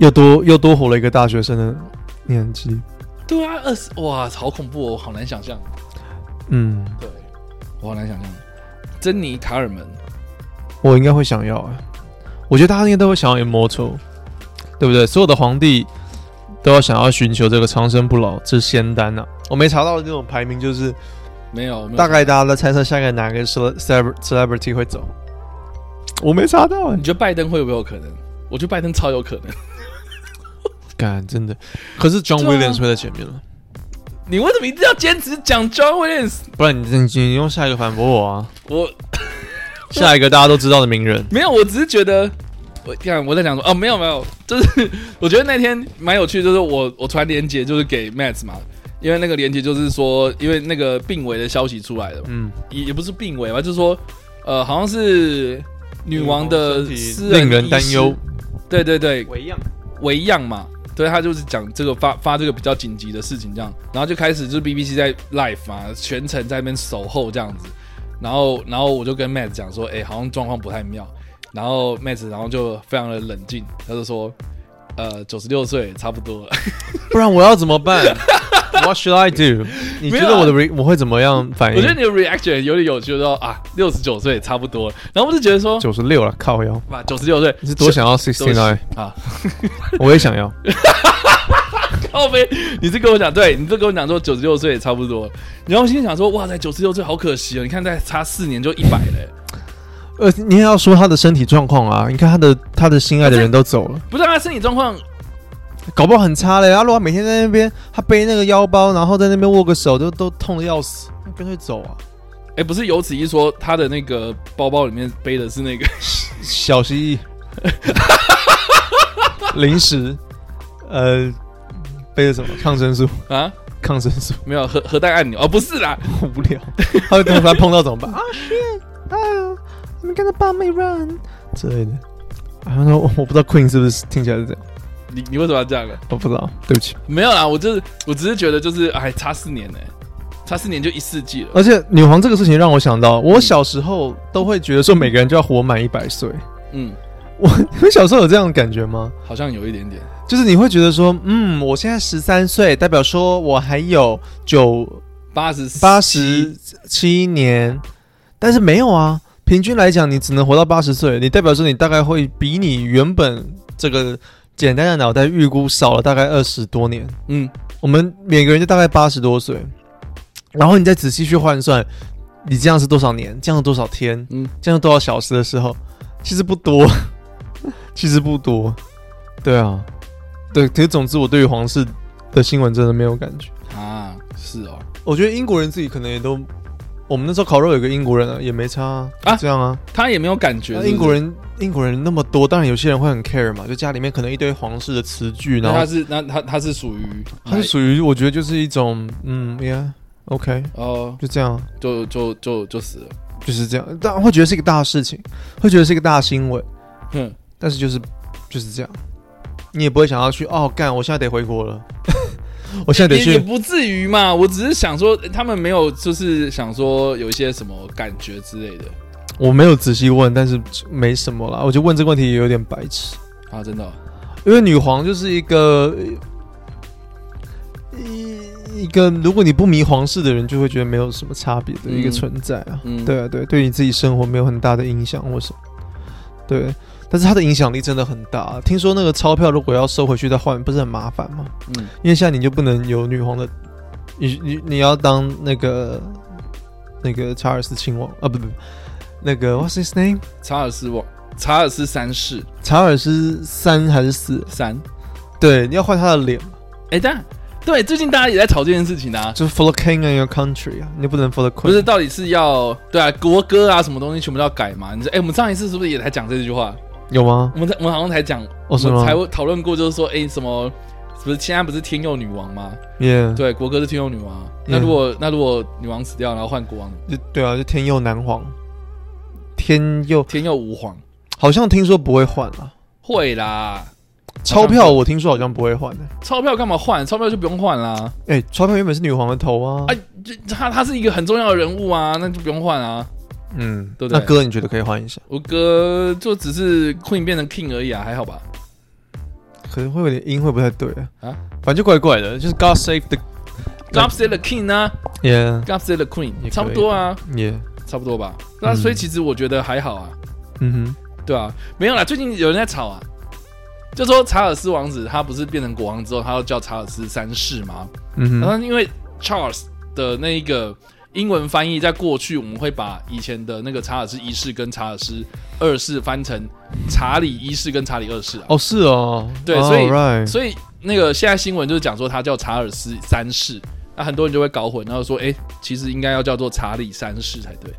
又多又多活了一个大学生的年纪。对啊，二十哇，好恐怖哦，我好难想象。嗯，对，我好难想象。珍妮·卡尔门，我应该会想要啊。我觉得大家应该都会想要 immortal，对不对？所有的皇帝都要想要寻求这个长生不老，这是仙丹啊。我没查到这种排名，就是没有，我没有大概大家在猜测下一个哪个 cele- celeb- celebrity 会走。我没查到、欸你，觉得拜登会有没有可能？我觉得拜登超有可能。干真的。可是 John 对啊 Williams 会在前面了，你为什么一定要坚持讲 John Williams？不然你你你用下一个反驳我啊。我下一个大家都知道的名人，没有，我只是觉得，我 看我在想说，哦，没有没有，就是我觉得那天蛮有趣，就是我我传链接就是给 Max 嘛，因为那个链接就是说，因为那个病危的消息出来了嘛，嗯，也也不是病危吧，就是说，呃，好像是女王的私人令人医担师忧，，对对对，维样。为样嘛，对他就是讲这个发发这个比较紧急的事情这样，然后就开始就是 BBC 在 live 嘛，全程在那边守候这样子，然后然后我就跟 Matt 讲说，哎、好像状况不太妙，然后 Matt 然后就非常的冷静，他就说，呃，九十六岁差不多了，不然我要怎么办 ？What should I do？你觉得我的 re- 啊我会怎么样反我觉得应？你的 reaction 有点有趣，就说啊，六十九岁差不多了，然后我就觉得说，九十六了，靠腰！哇，九十六岁你是多哎想要 sixty nine？啊？我也想要。靠背，哦你是跟我讲，对，你是跟我讲说九十六岁也差不多了，然后我心里想说，哇塞，九十六岁好可惜哦，你看再差四年就一百了欸、 呃，你也要说他的身体状况啊，你看他的他的心爱的人都走了，不是啊他身体状况，搞不好很差嘞。他如果每天在那边，他背那个腰包，然后在那边握个手，都都痛的要死，那干脆走啊。哎、不是有此一说，他的那个包包里面背的是那个 小蜥蜴， 零食，呃，背着什么？抗生素，啊，抗生素，没有核核弹按钮哦，不是啦，无 聊。他会突然碰到怎么 办？啊，shit！啊，I'm gonna bomb Iran 之类的。然后我我不知道 Queen 是不是听起来是这样，你你为什么要这样啊？我不知道，对不起。没有啦，我就是我只是觉得就是哎，差四年呢、差四年就一世纪了。而且女皇这个事情让我想到，我小时候都会觉得说每个人就要活满一百岁。 嗯，我你们小时候有这样的感觉吗？好像有一点点。就是你会觉得说，嗯，我现在十三岁，代表说我还有九八十八十七年，但是没有啊。平均来讲，你只能活到八十岁，你代表说你大概会比你原本这个简单的脑袋预估少了大概二十多年。嗯，我们每个人就大概八十多岁，然后你再仔细去换算，你这样是多少年，这样是多少天，嗯嗯，这样是多少小时的时候，其实不多， 其实不多，对啊，对，可是总之我对于皇室的新闻真的没有感觉。啊，是哦，我觉得英国人自己可能也都，我们那时候烤肉有个英国人啊，也没差啊，啊这样啊。他也没有感觉。那是不是英国，人，英国人那么多，当然有些人会很 care 嘛，就家里面可能一堆皇室的词句，那然他后是那他他是属于它是属于我觉得就是一种，嗯，yeah，OK，、哦，就这样，就就就就死了。就是这样。当然会觉得是一个大事情，会觉得是一个大新闻，哼，但是就是就是这样，你也不会想要去哦，干，我现在得回国 了，我现在得也也去。不至于嘛。我只是想说，他们没有就是想说有一些什么感觉之类的我没有仔细问，但是没什么啦，我就问这个问题也有点白痴。啊，真的哦、因为女皇就是一个一一个，如果你不迷皇室的人，就会觉得没有什么差别的一个嗯存在啊。嗯对啊，对，对你自己生活没有很大的影响或什么。对，但是它的影响力真的很大。听说那个钞票如果要收回去再换，不是很麻烦吗？嗯因为现在你就不能有女皇的你你你要当那个那个查尔斯亲王啊，不不，那个 what's his name？查尔斯王，查尔斯三世查尔斯三还是四？三。对，你要换他的脸，哎，但对，最近大家也在吵这件事情啊，就是 for the king and your country 啊，你不能 for the queen。不是到底是要对啊，国歌啊，什么东西全部都要改嘛？你说，哎，我们上一次是不是也才讲这句话？有吗？我们才我们好像才讲，哦，是我们吗才会讨论过，就是说，哎，什么？不是现在不是天佑女王吗？ ？Yeah，对，国歌是天佑女王啊。那 Yeah 如果那如果女王死掉，然后换国王，就对啊，就天佑南皇，天佑天佑吾皇好像听说不会换啊，会啦。钞票我听说好像不会换的、钞票干嘛换？钞票就不用换啦。哎、钞票原本是女皇的头啊。哎这他他是一个很重要的人物啊，那就不用换啊。嗯，对不对那歌你觉得可以换一下？我哥就只是 Queen 变成 King 而已啊，还好吧？可能会有点音会不太对啊。啊反正就怪怪的，就是 God save the God save the King 呢、啊、 yeah ，God save the 也可以 Queen，差不多啊， yeah，差不多吧。那所以其实我觉得还好啊，嗯对啊，没有啦。最近有人在吵啊，就说查尔斯王子他不是变成国王之后，他要叫查尔斯三世吗？哼嗯然哼后因为 Charles 的那一个英文翻译，在过去我们会把以前的那个查尔斯一世跟查尔斯二世翻成查理一世跟查理二世啊。哦是哦，对所以 All right 所以那个现在新闻就是讲说他叫查尔斯三世，那很多人就会搞混，然后说，哎、其实应该要叫做查理三世才对。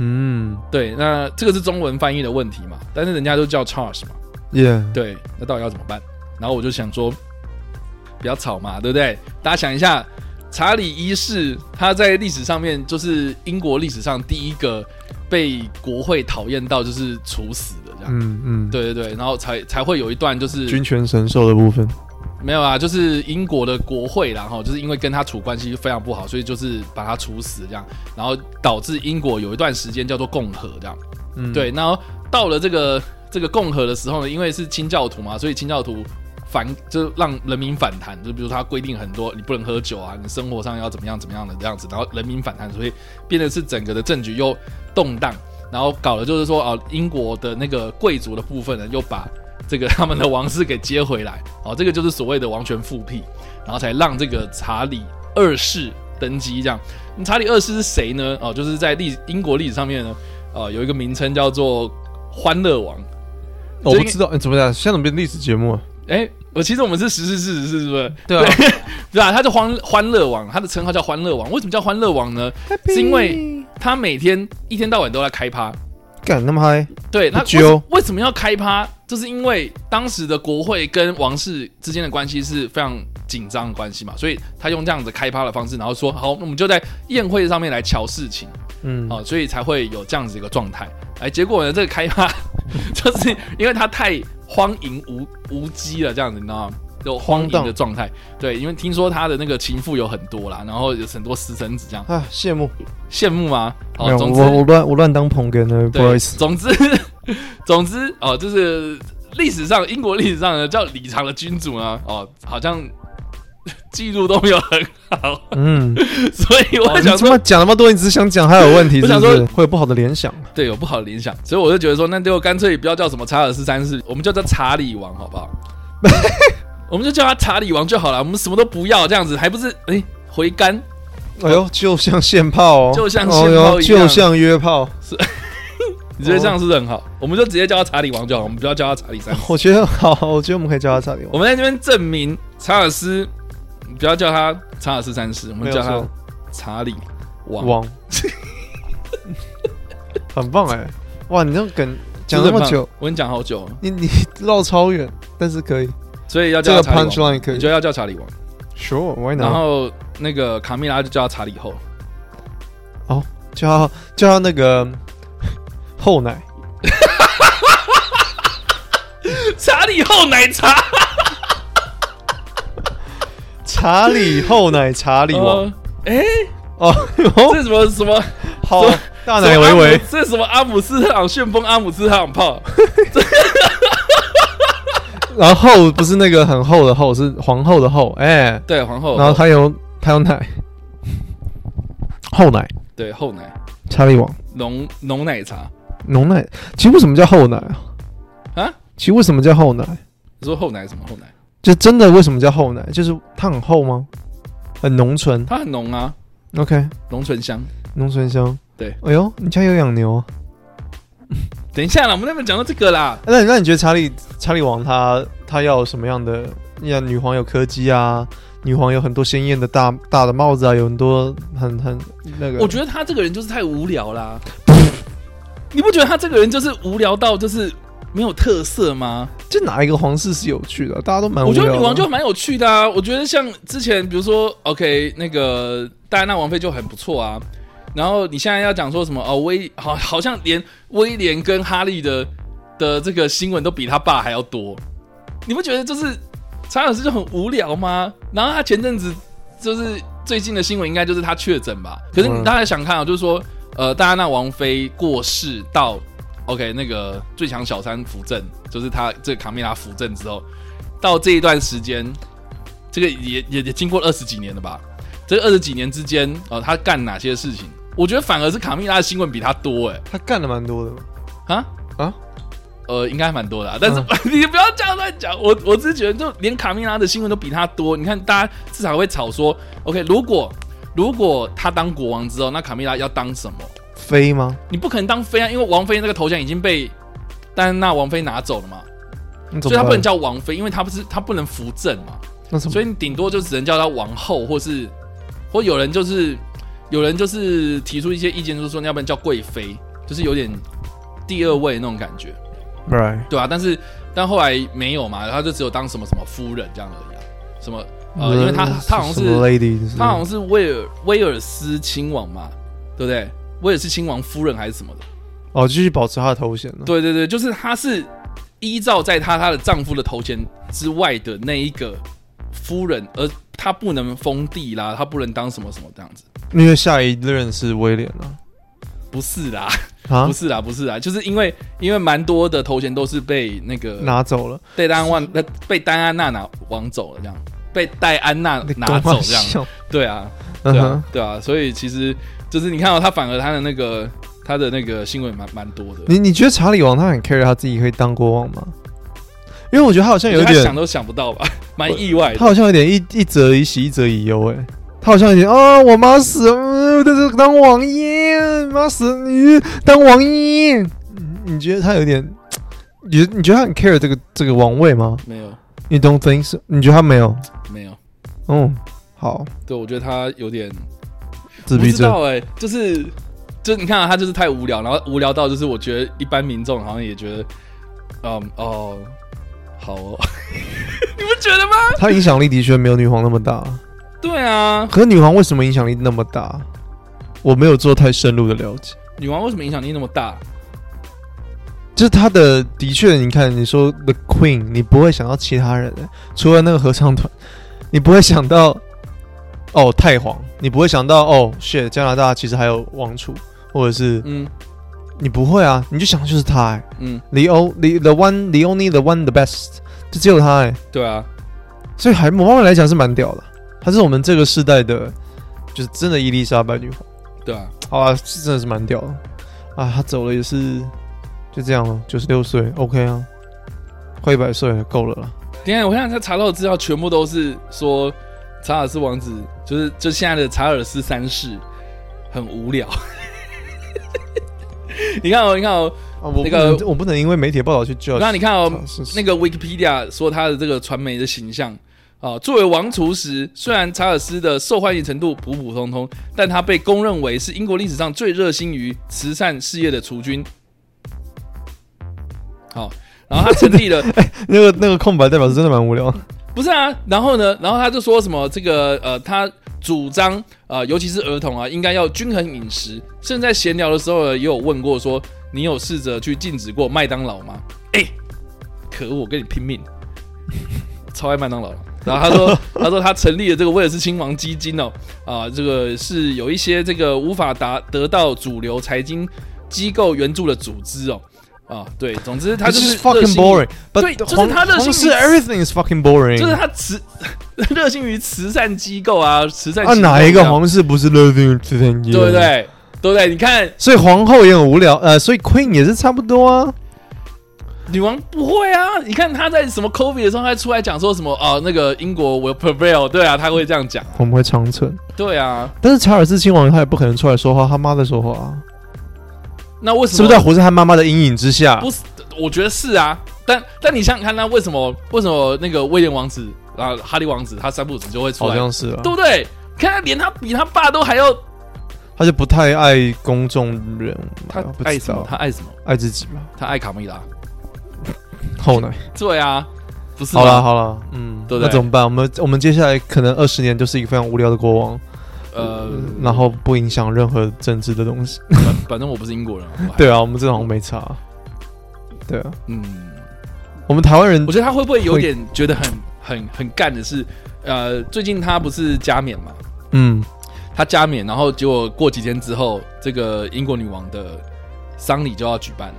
嗯对，那这个是中文翻译的问题嘛？但是人家都叫 Charles 嘛， yeah 对，那到底要怎么办？然后我就想说，不要吵嘛，对不对？大家想一下，查理一世他在历史上面就是英国历史上第一个被国会讨厌到就是处死的这样。嗯嗯，对对对，然后才才会有一段就是军权神授的部分，没有啊，就是英国的国会啦，然后就是因为跟他处关系非常不好，所以就是把他处死这样，然后导致英国有一段时间叫做共和这样。嗯对，然后到了这个这个共和的时候呢，因为是清教徒嘛，所以清教徒反就是让人民反弹，就比如他规定很多，你不能喝酒啊，你生活上要怎么样怎么样的这样子，然后人民反弹，所以变得是整个的政局又动荡，然后搞的就是说啊，英国的那个贵族的部分呢，又把这个他们的王室给接回来，哦，这个就是所谓的王权复辟，然后才让这个查理二世登基这样。那查理二世是谁呢？哦，就是在历英国历史上面呢，呃，有一个名称叫做欢乐王。哦我不知道哎怎么讲，现在怎么变历史节目啊？哎，我其实我们是实事事实是不是？对啊，对 啊，他叫欢欢乐王，他的称号叫欢乐王。为什么叫欢乐王呢？是因为他每天一天到晚都在开趴。干那么嗨，对，那不为揪什为什么要开趴？就是因为当时的国会跟王室之间的关系是非常紧张的关系嘛，所以他用这样子开趴的方式，然后说好，那我们就在宴会上面来瞧事情嗯啊、所以才会有这样子一个状态。哎，结果呢，这个开趴就是因为他太荒淫无无稽了，这样子你知道吗？就荒淫荒的荡状态，对，因为听说他的那个情妇有很多啦，然后有很多私生子这样，啊羡慕，羡慕吗？没哦，有总之我我乱我乱当捧哏的不好对，意思，总之，总之哦，就是历史上英国历史上呢叫李长的君主呢，哦，好像记录都没有很 好，嗯，所以 我你想他哦说，妈讲那么多，你只是想讲他有问题，我是想不说是会有不好的联想？对，有不好的联想，所以我就觉得说，那就干脆不要叫什么查尔斯三世，我们就叫查理王好不 好？我们就叫他查理王就好了，我们什么都不要，这样子还不是哎、回甘？哎呦，就像线炮哦，就像哎线呦炮一样就像约炮。你觉得这样是不是很好？我们就直接叫他查理王就好，我们不要叫他查理三世。我觉得好，我觉得我们可以叫他查理我王。们在这边证明查尔斯，你不要叫他查尔斯三世，我没们有叫他错查理王。王， 很棒哎！哇，你这种梗讲就是那么胖久，，我跟你讲好久了，你你绕超远，但是可以，所以要这叫个他查理王， punchline 可你以。就要叫查理王。 Sure, why 然 not？后那个卡米拉就叫他查理后，叫他叫他那个后奶，查理后奶茶。查理后奶查理王。呃哎， 哦，这是什么什么？好啊这，大奶维维 这，是什么阿姆斯特朗旋风阿姆斯特朗炮？然后不是那个很厚的厚，是皇后的后，哎，对，皇后，然后他有他有奶，后奶对后奶查理王。浓浓奶茶浓奶，其实为什么叫厚奶啊？啊？其实为什么叫厚奶？你说后奶什么后奶？就真的为什么叫厚奶？就是它很厚吗？很浓醇。它很浓啊， OK，浓醇香。浓醇香。对，哎呦，你家有养牛啊？等一下啦，我们那边讲到这个啦，那那你觉得查理查理王他他要有什么样的？呀，女皇有柯基啊，女皇有很多鲜艳的大大的帽子啊，有很多很很那个。我觉得他这个人就是太无聊啦。你不觉得他这个人就是无聊到就是没有特色吗？这哪一个皇室是有趣的？啊大家都蛮无我觉聊的。得女王就蛮有趣的啊。我觉得像之前，比如说，OK，那个戴安娜王妃就很不错啊。然后你现在要讲说什么哦，威好，好像连威廉跟哈利的的这个新闻都比他爸还要多。你不觉得就是查尔斯就很无聊吗？然后他前阵子就是最近的新闻，应该就是他确诊吧？可是你嗯大家想看啊，就是说，呃，戴安娜王妃过世到 OK 那个最强小三扶正，就是他这个卡米拉扶正之后，到这一段时间，这个也也也经过二十几年了吧？这二十几年之间，呃，他干哪些事情？我觉得反而是卡蜜拉的新闻比他多哎、他干了蛮多的嘛。啊啊，呃，应该还蛮多的、啊，但是、嗯 你不要这样乱讲。我我只是觉得，就连卡蜜拉的新闻都比他多。你看，大家至少会吵说，OK，如果如果他当国王之后，那卡蜜拉要当什么？飞吗？你不可能当妃啊，因为王妃那个头衔已经被戴安娜王妃拿走了嘛，那怎所以么她不办能叫王妃，因为她不是她不能扶正嘛。那什么？所以你顶多就只能叫她王后，或是或有人就是有人就是提出一些意见，就是说你要不然叫贵妃，就是有点第二位那种感觉， right 对啊，但是但后来没有嘛，她就只有当什么什么夫人这样而已、啊，什么呃，因为她她好像什么是 lady，就是她好像是威尔威尔斯亲王嘛，对不对？威尔斯亲王夫人还是什么的？哦，继续保持她的头衔了。啊对对对，就是她是依照在她她的丈夫的头衔之外的那一个夫人，而她不能封地啦，她不能当什么什么这样子。因为下一任是威廉了不是啦，啊，不是啦，不是啦，就是因为因为蛮多的头衔都是被那个拿走了，被戴安万呃被戴安娜拿往走了这样，被戴安娜你拿懂走吗这样， 笑对啊，嗯对哼啊，，对啊，所以其实就是你看到、他反而他的那个他的那个新闻蛮蛮多的，你你觉得查理王他很 care 他自己可以当国王吗？因为我觉得他好像有一他想点，都想不到吧， 蛮意外的他。好像有点一一则以喜，一则以忧，哎，他好像有点啊，我妈死了，嗯，在这当王爷，妈死了你当王爷，嗯你觉得他有点，你你觉得他很 care 这个这个王位吗？没有你 don't think so？你觉得他没有？没有，嗯，好，对我觉得他有点自不闭知症。道哎、就是就你看、啊、他就是太无聊，然后无聊到就是我觉得一般民众好像也觉得，嗯哦，好哦， 你不觉得吗？她影响力的确没有女皇那么大，对啊，可是女皇为什么影响力那么大？我没有做太深入的了解，女王为什么影响力那么大？就是她的的确，你看你说 The Queen，你不会想到其他人，除了那个合唱团，你不会想到哦太皇，你不会想到哦 shit 加拿大其实还有王储，或者是嗯你不会啊，你就想的就是他、欸、嗯， ，the o the the one the only the one the best，就只有他哎、对啊，所以还某方面来讲是蛮屌的，她是我们这个世代的，就是真的伊丽莎白女皇。对啊，好啊，是真的是蛮屌的啊！他走了也是就这样了，九十六岁，OK 啊，快一百岁了，够了啦。等一下我现在查到的资料全部都是说查尔斯王子，就是就现在的查尔斯三世很无聊。 你看哦，你看哦，啊，我那个不能我不能因为媒体的报道去 judge 啊那你看哦，是是那个 Wikipedia 说他的这个传媒的形象啊、作为王储时，虽然查尔斯的受欢迎程度普普通通，但他被公认为是英国历史上最热心于慈善事业的储君。好、然后他成立了，那个那个空白代表是真的蛮无聊。不是啊，然后呢，然后他就说什么这个呃，他主张呃，尤其是儿童啊，应该要均衡饮食，甚至在闲聊的时候呢，也有问过说，你有试着去禁止过麦当劳吗？哎、可恶，我跟你拼 命，超爱麦当劳了。然后他说，他说他成立了这个威尔斯亲王基金哦，啊、这个是有一些这个无法达得到主流财经机构援助的组织哦。啊，对，总之他就 It's 是 just 热 fucking 心于 boring，对 but 就是皇他热心于皇室 everything is fucking boring。就是他慈 热心于慈善机构啊，慈善啊，机构哪一个这样皇室不是 loving 对不？对？对不对？你看，所以皇后也很无聊，呃，所以 queen 也是差不多啊。女王不会啊！你看她在什么 COVID 的时候，她出来讲说什么哦，那个英国 will prevail，对啊，她会这样讲，我们会长存。对啊。但是查尔斯亲王他也不可能出来说话，他妈的说话啊，那为什么？是不是在活在他妈妈的阴影之下不？是，我觉得是啊。但但你想想看，那为什么为什么那个威廉王子啊，哈利王子，他三不五时就会出好来，像是啊，对不对？看他连他比他爸都还要，他就不太爱公众人物他啊，不爱知什么道？他爱什么？爱自己吧，他爱卡蜜拉。后奶。对啊，不是吗好了，好了，嗯，对不对那怎么办？我们我们接下来可能二十年就是一个非常无聊的国王， 呃，然后不影响任何政治的东 西。反反正我不是英国人，我还，对啊，我们这好像没差。对啊，嗯，我们台湾人我觉得他会不会有点觉得很很很干的是，呃，最近他不是加冕嘛，嗯，他加冕，然后结果过几天之后，这个英国女王的丧礼就要举办了。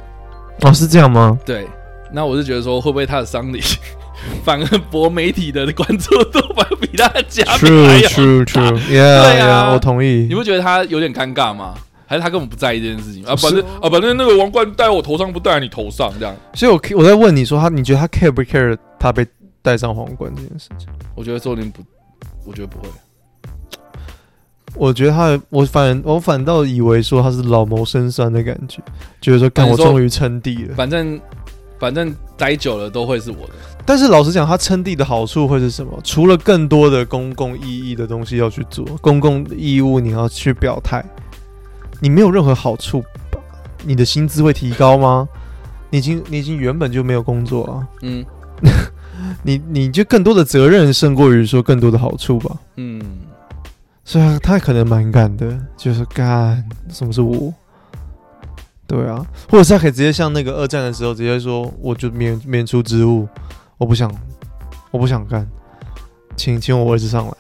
哦，是这样吗？对，那我是觉得说，会不会他的丧礼 反而博媒体的关注度反而比他的加冕还 True, 要？true, true. Yeah, 啊对啊 yeah, 我同意你。不觉得他有点尴尬吗？还是他根本不在意这件事情啊？反是正啊，反正那个王冠戴我头上，不戴在你头上，这样所以我，我在问你说他，你觉得他 care 不 care 他被戴上皇冠这件事情？我觉得周林不，我觉得不会。我觉得他，我反我反倒以为说他是老谋深算的感觉，觉得说，干你我说终于称帝了。反正反正待久了都会是我的。但是老实讲，他称帝的好处会是什么？除了更多的公共意义的东西要去做，公共义务你要去表态，你没有任何好处吧？你的薪资会提高吗？你已经你已经原本就没有工作啊，嗯你你就更多的责任胜过于说更多的好处吧。嗯，所以他他可能蛮干的，就是干什么是我？对啊，或者是他可以直接像那个二战的时候，直接说我就免免除职务，我不想，我不想干，请请我儿子上来。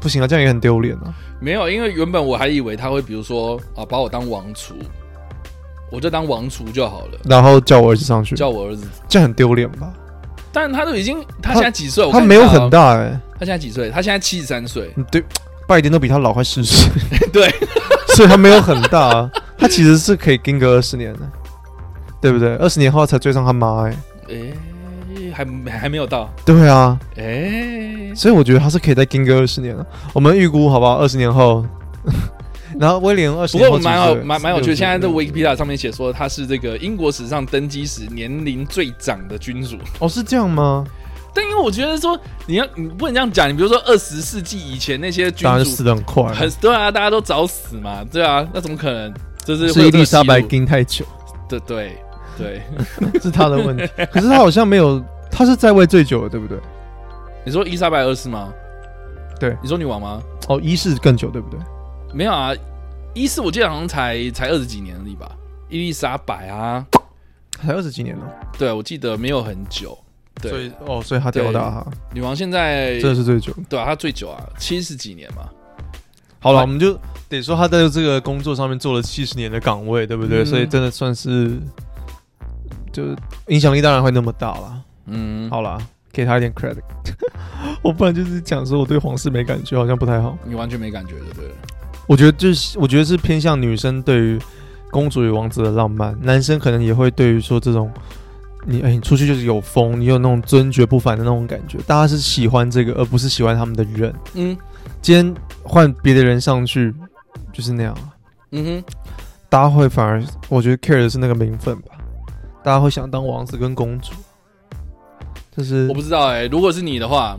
不行啊，这样也很丢脸啊。没有，因为原本我还以为他会，比如说啊，把我当王储，我就当王储就好了，然后叫我儿子上去，叫我儿子。这样很丢脸吧？但他都已经，他他现在几岁？我他看一没有下啊很，大哎、他现在几岁？他现在七十三岁。对，拜登都比他老快四十， 对， 所以他没有很大、啊，他其实是可以跟个二十年的、对不对？二十年后才追上他妈哎、诶，还还没有到。对啊，诶，所以我觉得他是可以再跟个二十年了。我们预估好不好？二十 年后，然后威廉二十不过年后我几岁蛮好，蛮蛮有趣的。 60现在在 Wikipedia 上面写说，他是这个英国史上登基时年龄最长的君主。哦，是这样吗？但因为我觉得说，你要你不能这样讲。你比如说二十世纪以前那些君当然主死，的很快啊，很对啊，大家都早死嘛，对啊，那怎么可能？就是会是有伊这个丽莎白记录盯太久，对对对，是他的 问题。可是他好像没有，他是在位最久的，对不对？你说伊丽莎白二世吗？对你说女王吗？哦，一世更久，对不对？没有啊，一世我记得好像才才二十几年而已吧。伊丽莎白啊，才二十几年了，对啊我记得没有很久。对，所以哦，所以他吊打他，女王现在真的是最久的。对啊，她最久啊，七十几年嘛。好哎了，我们就得说他在这个工作上面做了七十年的岗位，对不对？嗯所以真的算是，就影响力当然会那么大了。嗯，，好啦，给他一点 credit。我不然就是讲说我对皇室没感觉，好像不太好。你完全没感觉就对了。我觉得就是，我觉得是偏向女生对于公主与王子的浪漫，男生可能也会对于说这种，你哎、你出去就是有风，你有那种尊爵不凡的那种感觉，大家是喜欢这个，而不是喜欢他们的人。嗯今天换别的人上去，就是那样啊，嗯大家会反而我觉得 care 的是那个名分吧，大家会想当王子跟公主，就是哼，我不知道哎、如果是你的话，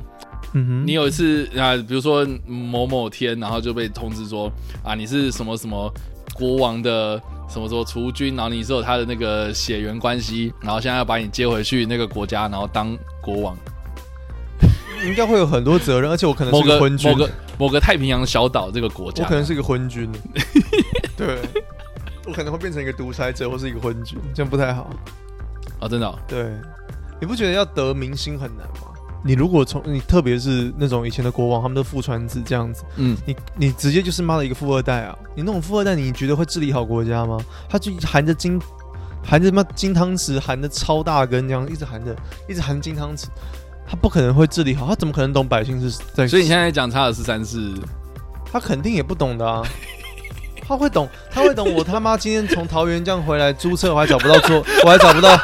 嗯哼，你有一次啊，比如说某某天，然后就被通知说啊，你是什么什么国王的什么什么储君，然后你是有他的那个血缘关系，然后现在要把你接回去那个国家，然后当国王，应该会有很多责任，而且我可能某是个个昏君，某个某个太平洋小岛这个国我家可，能是一个昏君， 对，我可能会变成一个独裁者或是一个昏君，这样不太好。啊，真的哦、对，你不觉得要得民心很难吗？你如果从你特别是那种以前的国王，他们都父传子这样子，嗯，你你直接就是妈的一个富二代啊！你那种富二代，你觉得会治理好国家吗？他就含着金，含着妈金汤匙，含着超大根这样，一直含着，一直含金汤匙，他不可能会治理好，他怎么可能懂百姓是在？所以你现在讲查尔斯三世，他肯定也不懂的啊。他 会懂，他会懂。我他妈今天从桃园这样回来，注册我还找不到座，我还找不到，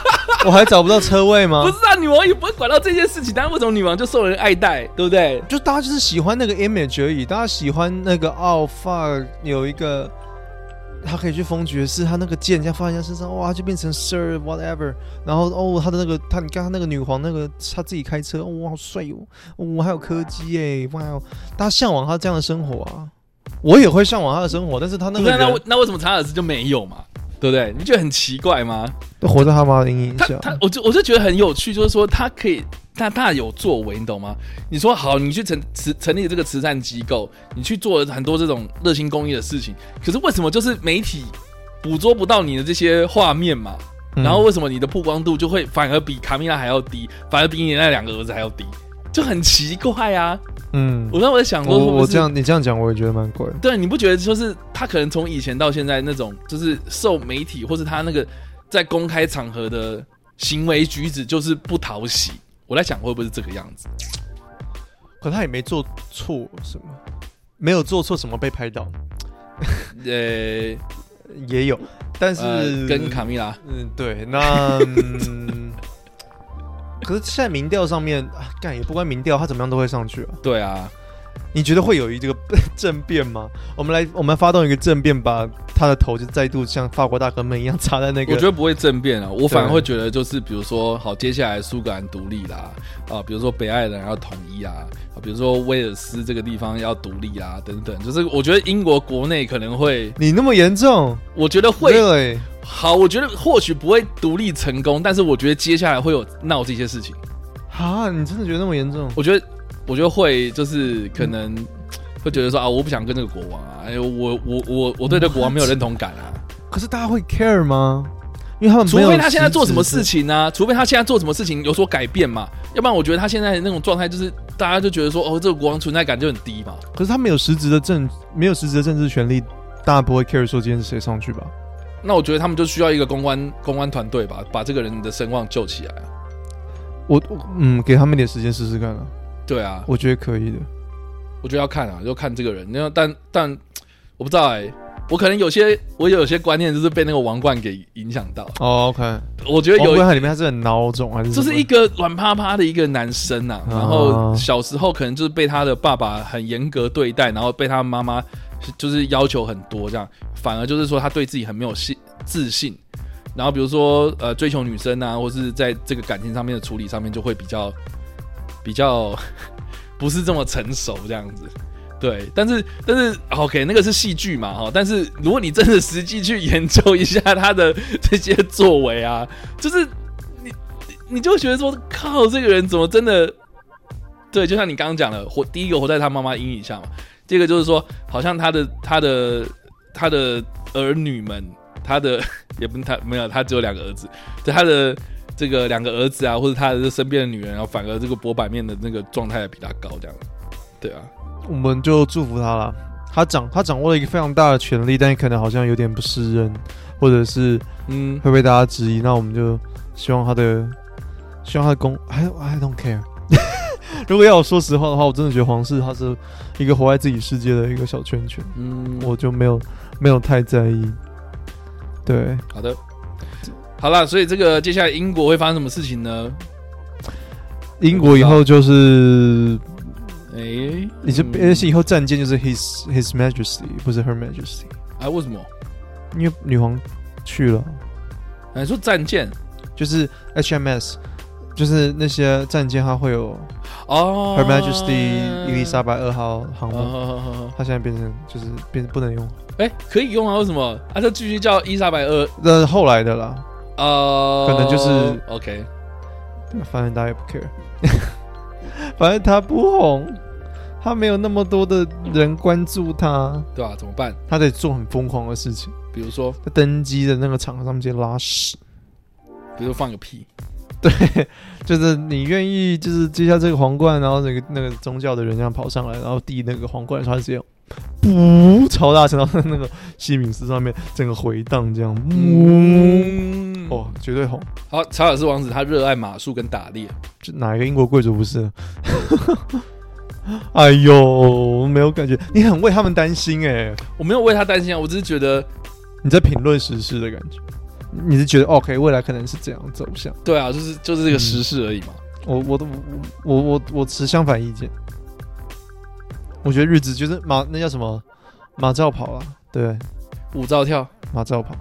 我还找不到车位吗不？是啊，女王也不会管到这件事情，但为什么女王就受人爱戴，对不对？就大家就是喜欢那个 image 而已，大家喜欢那个奥法有一个，他可以去封爵士，他那个剑这样放在人家身上，哇，他就变成 Sir whatever。然后哦，他的那个他，你看他那个女皇那个，他自己开车，哦哇，好帅哦，哦，还有柯基哎，哇哦，大家向往他这样的生活啊。我也会向往他的生活，但是他那个那那为人那为什么查尔斯就没有嘛？对不对？你不觉得很奇怪吗？活在他妈的阴影他下，他，我就我就觉得很有趣，就是说他可以他大有作为，你懂吗？你说好，你去成慈成立这个慈善机构，你去做了很多这种热心公益的事情，可是为什么就是媒体捕捉不到你的这些画面嘛？嗯然后为什么你的曝光度就会反而比卡米拉还要低，反而比你那两个儿子还要低，就很奇怪啊！嗯，我让我在想我说，我这样你这样讲，我也觉得蛮怪的。对，你不觉得就是他可能从以前到现在那种，就是受媒体或是他那个在公开场合的行为举止就是不讨喜？我在想会不会是这个样子？可他也没做错什么，没有做错什么被拍到，呃，也有，但是、呃跟卡米拉，嗯，对，那 嗯，可是现在民调上面，啊干、也不关民调，他怎么样都会上去啊。对啊，你觉得会有一这个 政变吗？我们来，我们发动一个政变，把他的头就再度像法国大哥们一样插在那个。我觉得不会政变啊，我反而对会觉得就是比如说，好，接下来苏格兰独立啦，啊，比如说北爱尔兰要统一啊，啊，比如说威尔斯这个地方要独立啊，等等，就是我觉得英国国内可能会，你那么严重，我觉得会对，好，我觉得或许不会独立成功，但是我觉得接下来会有闹这些事情。啊，你真的觉得那么严重？我觉得，我觉得会就是可能嗯会觉得说啊，我不想跟这个国王啊，哎，我我我我对这个国王没有认同感啊。可是大家会 care 吗？因为他们除嗯没有非他现在实质做什么事是，情呢、除非他现在做什么事情有所改变嘛，要不然我觉得他现在的那种状态就是大家就觉得说哦，这个国王存在感就很低嘛。可是他没有实质的政，没有实质的政治权利，大家不会 care 说今天是谁上去吧？那我觉得他们就需要一个公关公关团队吧，把这个人的声望救起来啊。我我嗯，给他们一点时间试试看啊，对啊，我觉得可以的。我觉得要看啊，就看这个人。那但但我不知道哎、我可能有些我有些观念就是被那个王冠给影响到。哦，OK，我觉得王有冠海里面他是很孬种还是什就么？是一个软趴趴的一个男生呐、啊，啊然后小时候可能就是被他的爸爸很严格对待，然后被他妈妈就是要求很多这样，反而就是说他对自己很没有信自信。然后比如说呃追求女生啊，或是在这个感情上面的处理上面就会比较比较 不是这么成熟这样子。对，但是但是 OK，那个是戏剧嘛哈，但是如果你真的实际去研究一下他的这些作为啊，就是你你你就会觉得说，靠，这个人怎么真的？对，就像你刚刚讲的，活第一个活在他妈妈阴影下嘛，这个就是说，好像他的他的他的儿女们，他的 也不是他没有，他只有两个儿子，就他的这个两个儿子啊，或者他的身边的女人，然后反而这个博版面的那个状态比他高，这样，对啊，我们就祝福他了。他掌他掌握了一个非常大的权力，但可能好像有点不适任，或者是嗯，会被大家质疑。那我们就希望他的，希望他的公，I I don't care。如果要我说实话的话，我真的觉得皇室他是一个活在自己世界的一个小圈圈，嗯，我就没有没有太在意。对，好的，好啦，所以这个接下来英国会发生什么事情呢？英国以后就是哎、你这嗯而且以后战舰就是 His His Majesty，不是 Her Majesty，啊，为什么？因为女皇去了，哎，说战舰就是 HMS，就是那些战舰，它会有哦 Her Oh Majesty 伊丽莎白二号航哦母，好好好好它现在变成就是变不能用，哎、可以用啊？为什么？啊，这继续叫伊莎白二，那后来的啦，呃，可能就是 OK，反正大家也不 care，反正他不红，他没有那么多的人关注他，对吧、怎么办？他得做很疯狂的事情，比如说，在登机的那个场合上面直接拉屎。比如说放个屁，对，就是你愿意就是接下这个皇冠，然后那个那个宗教的人这样跑上来，然后递那个皇冠的时候，他直接噗超大声，然后那个西敏寺上面整个回荡这样，嗯，嗯，哦，哦，绝对红，好，查尔斯王子他热爱马术跟打猎，这哪一个英国贵族不是 呢？哎呦，没有感觉，你很为他们担心哎、我没有为他担心啊，我只是觉得你在评论时事的感觉，你是觉得 OK，未来可能是这样走向。对啊，就是就是这个时事而已嘛。我我都我我我持相反意见，我觉得日子就是马那叫什么马照跑啊，对，嗯五照跳，马照跑，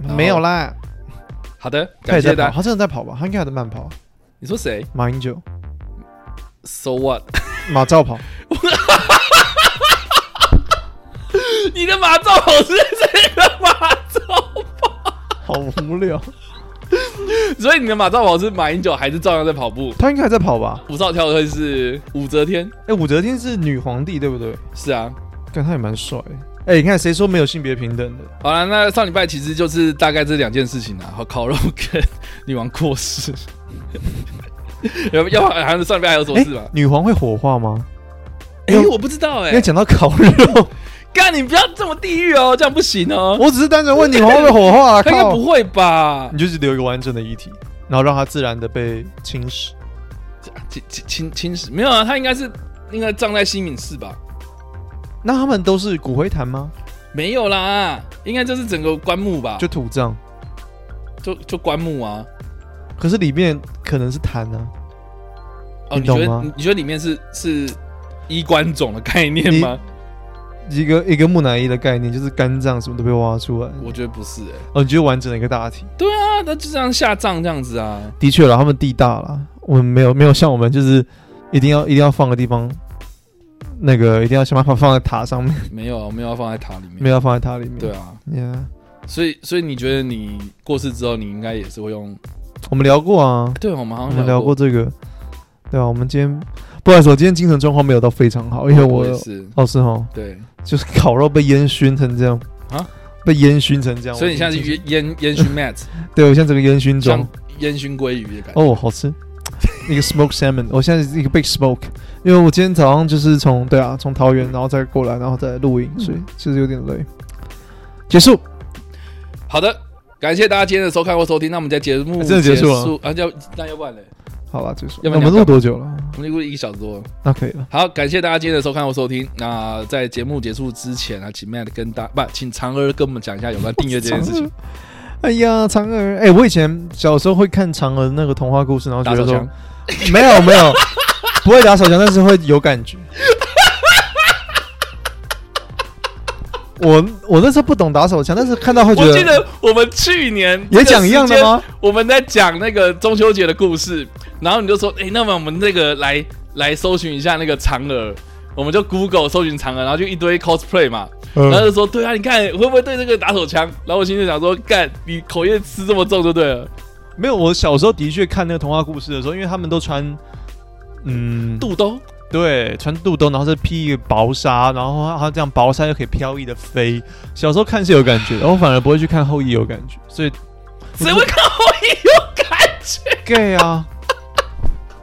然后没有啦，好的，他感也在谢跑，大家。他真的在跑吧？他应该还在慢跑啊，你说谁马英九？So what？ 马照跑，你的马照跑是 这个马照跑，好无聊，所以你的马照跑是马英九还是照样在跑步？他应该还在跑吧？五照跳会是武则天？哎、武则天是女皇帝对不对？是啊。看他也蛮帅的，哎、你看谁说没有性别平等的？好了，那上礼拜其实就是大概这两件事情啊，好烤肉跟女王过世。 要要不然还上礼拜还有什么哎、事吗？女皇会火化吗？哎、因为我不知道哎、因为讲到烤 肉，干你不要这么地狱哦，这样不行哦。我只是单纯问女皇会不会火化 啊，他应该靠不，会吧？你就是留一个完整的遗体，然后让它自然的被侵蚀。侵侵侵侵蚀没有啊？他应该是应该葬在西敏寺吧？那他们都是骨灰坛吗？没有啦，应该就是整个棺木吧？就土葬，就就棺木啊？可是里面可能是坛啊。哦，你你觉懂吗得你你觉得里面是是衣冠冢的概念吗？一个一个木乃伊的概念，就是肝脏什么都被挖出来，我觉得不是哎、哦，你觉得完整的一个大体？对啊，那就这样下葬这样子啊。的确了，他们地大了，我们没有没有像我们就是一定要一定要放个地方，那个一定要想办法放在塔上面，没有啊，我们要放在塔里面。没有要放在塔里面。对啊， Yeah，所以所以你觉得你过世之后，你应该也是会用？我们聊过啊，对，我们好我像们聊过这个，对啊，我们今天不好意思，我今天精神状况没有到非常好，因为我也是哦是哦，对，就是烤肉被烟熏成这样啊，被烟熏成这样，所以你现在是是烟烟烟熏 mat，对我现在整个烟熏像中，烟熏鲑鱼的感觉。哦，好吃。一个 smoke salmon，我现在是一个 big smoke，因为我今天早上就是从对啊，从桃园然后再过来，然后再录音，所嗯以其实有点累。结束，好的，感谢大家今天的收看或收听。那我们在节目哎真的结束了啊？要那要不然嘞？好了，结束。要那不我然们你要录多久了？我们录了一个小时多了。那可以了。好，感谢大家今天的收看或收听。那在节目结束之前啊，请 Matt 跟大不，请嫦娥跟我们讲一下有关订阅这件事 情。哎呀，嫦娥，哎，我以前小时候会看嫦娥那个童话故事，然后觉打得手说枪， 没有没有，不会打手枪，但是会有感 觉。我我那时候不懂打手枪，但是看到会觉我记得我们去年也讲一样的吗？吗？我们在讲那个中秋节的故事，然后你就说，哎、那么我们那个来来搜寻一下那个嫦娥，我们就 Google 搜寻嫦娥，然后就一堆 cosplay 嘛，嗯然后就说，对啊，你看会不会对这个打手枪？然后我心里想说，干，你口业吃这么重就对了，没有，我小时候的确看那个童话故事的时候，因为他们都穿，嗯，肚兜，对，穿肚兜，然后再披一个薄纱，然后它这样薄纱又可以飘逸的飞。小时候看是有感觉的，我反而不会去看后羿有感觉，所以谁会看后羿有感觉？ gay 啊。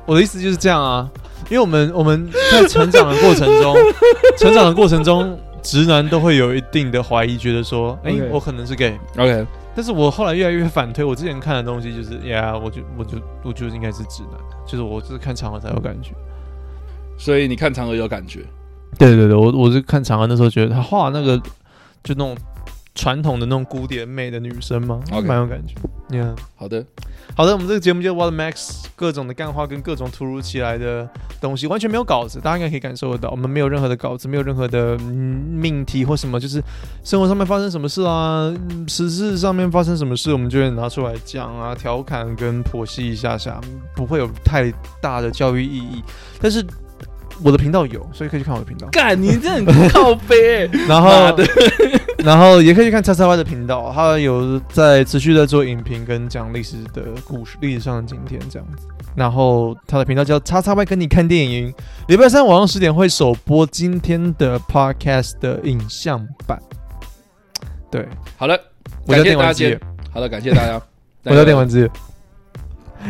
我的意思就是这样啊，因为我们我们在成长的过程中，成长的过程中，直男都会有一定的怀疑，觉得说，哎、 OK 我可能是 gay。 OK，但是我后来越来越反推我之前看的东西，就是呀，我就我就我就应该是直男，就是我就是看嫦娥才有感觉。所以你看嫦娥有感觉，对对对，我我是看嫦娥那时候觉得她画那个就那种传统的那种古典美的女生嘛， OK 蛮有感觉。Yeah，好的，好的，我们这个节目叫 What Max，各种的干话跟各种突如其来的东西，完全没有稿子，大家应该可以感受得到。我们没有任何的稿子，没有任何的、嗯命题或什么，就是生活上面发生什么事啊，嗯时事上面发生什么事，我们就会拿出来讲啊，调侃跟剖析一下下，不会有太大的教育意义。但是我的频道有，所以可以去看我的频道。干，你这很靠背、欸，妈然后的， 然后也可以去看叉叉 Y 的频道，他有在持续在做影评跟讲历史的故事，历史上的今天这样子。然后他的频道叫叉叉 Y 跟你看电影，礼拜三晚上十点会首播今天的 Podcast 的影像版。对， 好了，我感叫谢电大玩家之今夜天，，好了，感谢大家， 我叫电玩之夜。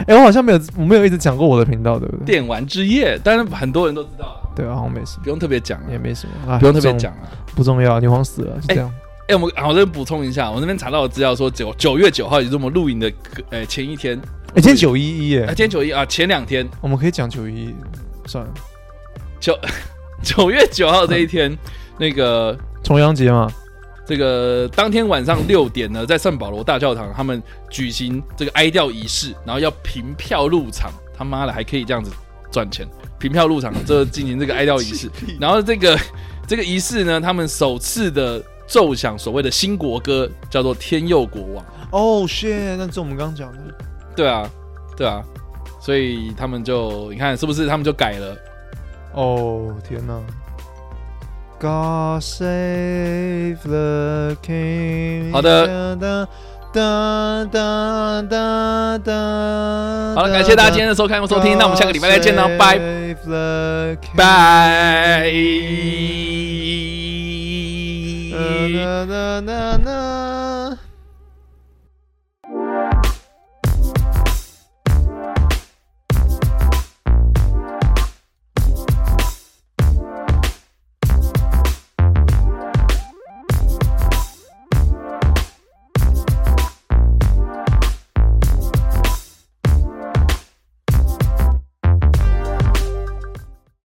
哎，我好像没有，我没有一直讲过我的频道，对不对？电玩之夜，当然很多人都知道了，对，好像没什么，不用特别讲了也，没什么，啊不用特别，讲了。重不重要，女皇死了，就这样。哎、我们啊，我这边补充一下，我那边查到的资料说九九月九号，也就是我们录影的呃、前一天，哎，今天九一一啊、耶，今天九一啊，前两天，我们可以讲九一一，算了，九九月九号这一天，那个重阳节嘛。这个当天晚上六点呢，在圣保罗大教堂，他们举行这个哀悼仪式，然后要凭票入场。他妈的，还可以这样子赚钱，凭票入场，这进行这个哀悼仪式。然后这个这个仪式呢，他们首次的奏响所谓的新国歌，叫做《天佑国王》。哦、shit，那是我们刚刚讲的，对啊，对啊，所以他们就你看是不是他们就改了？哦、天哪！God save the king。好的。哒哒哒哒。好了，感谢大家今天的收看和收听，那我们下个礼拜再见喽，拜 Save the king 拜。嗯哒哒哒哒哒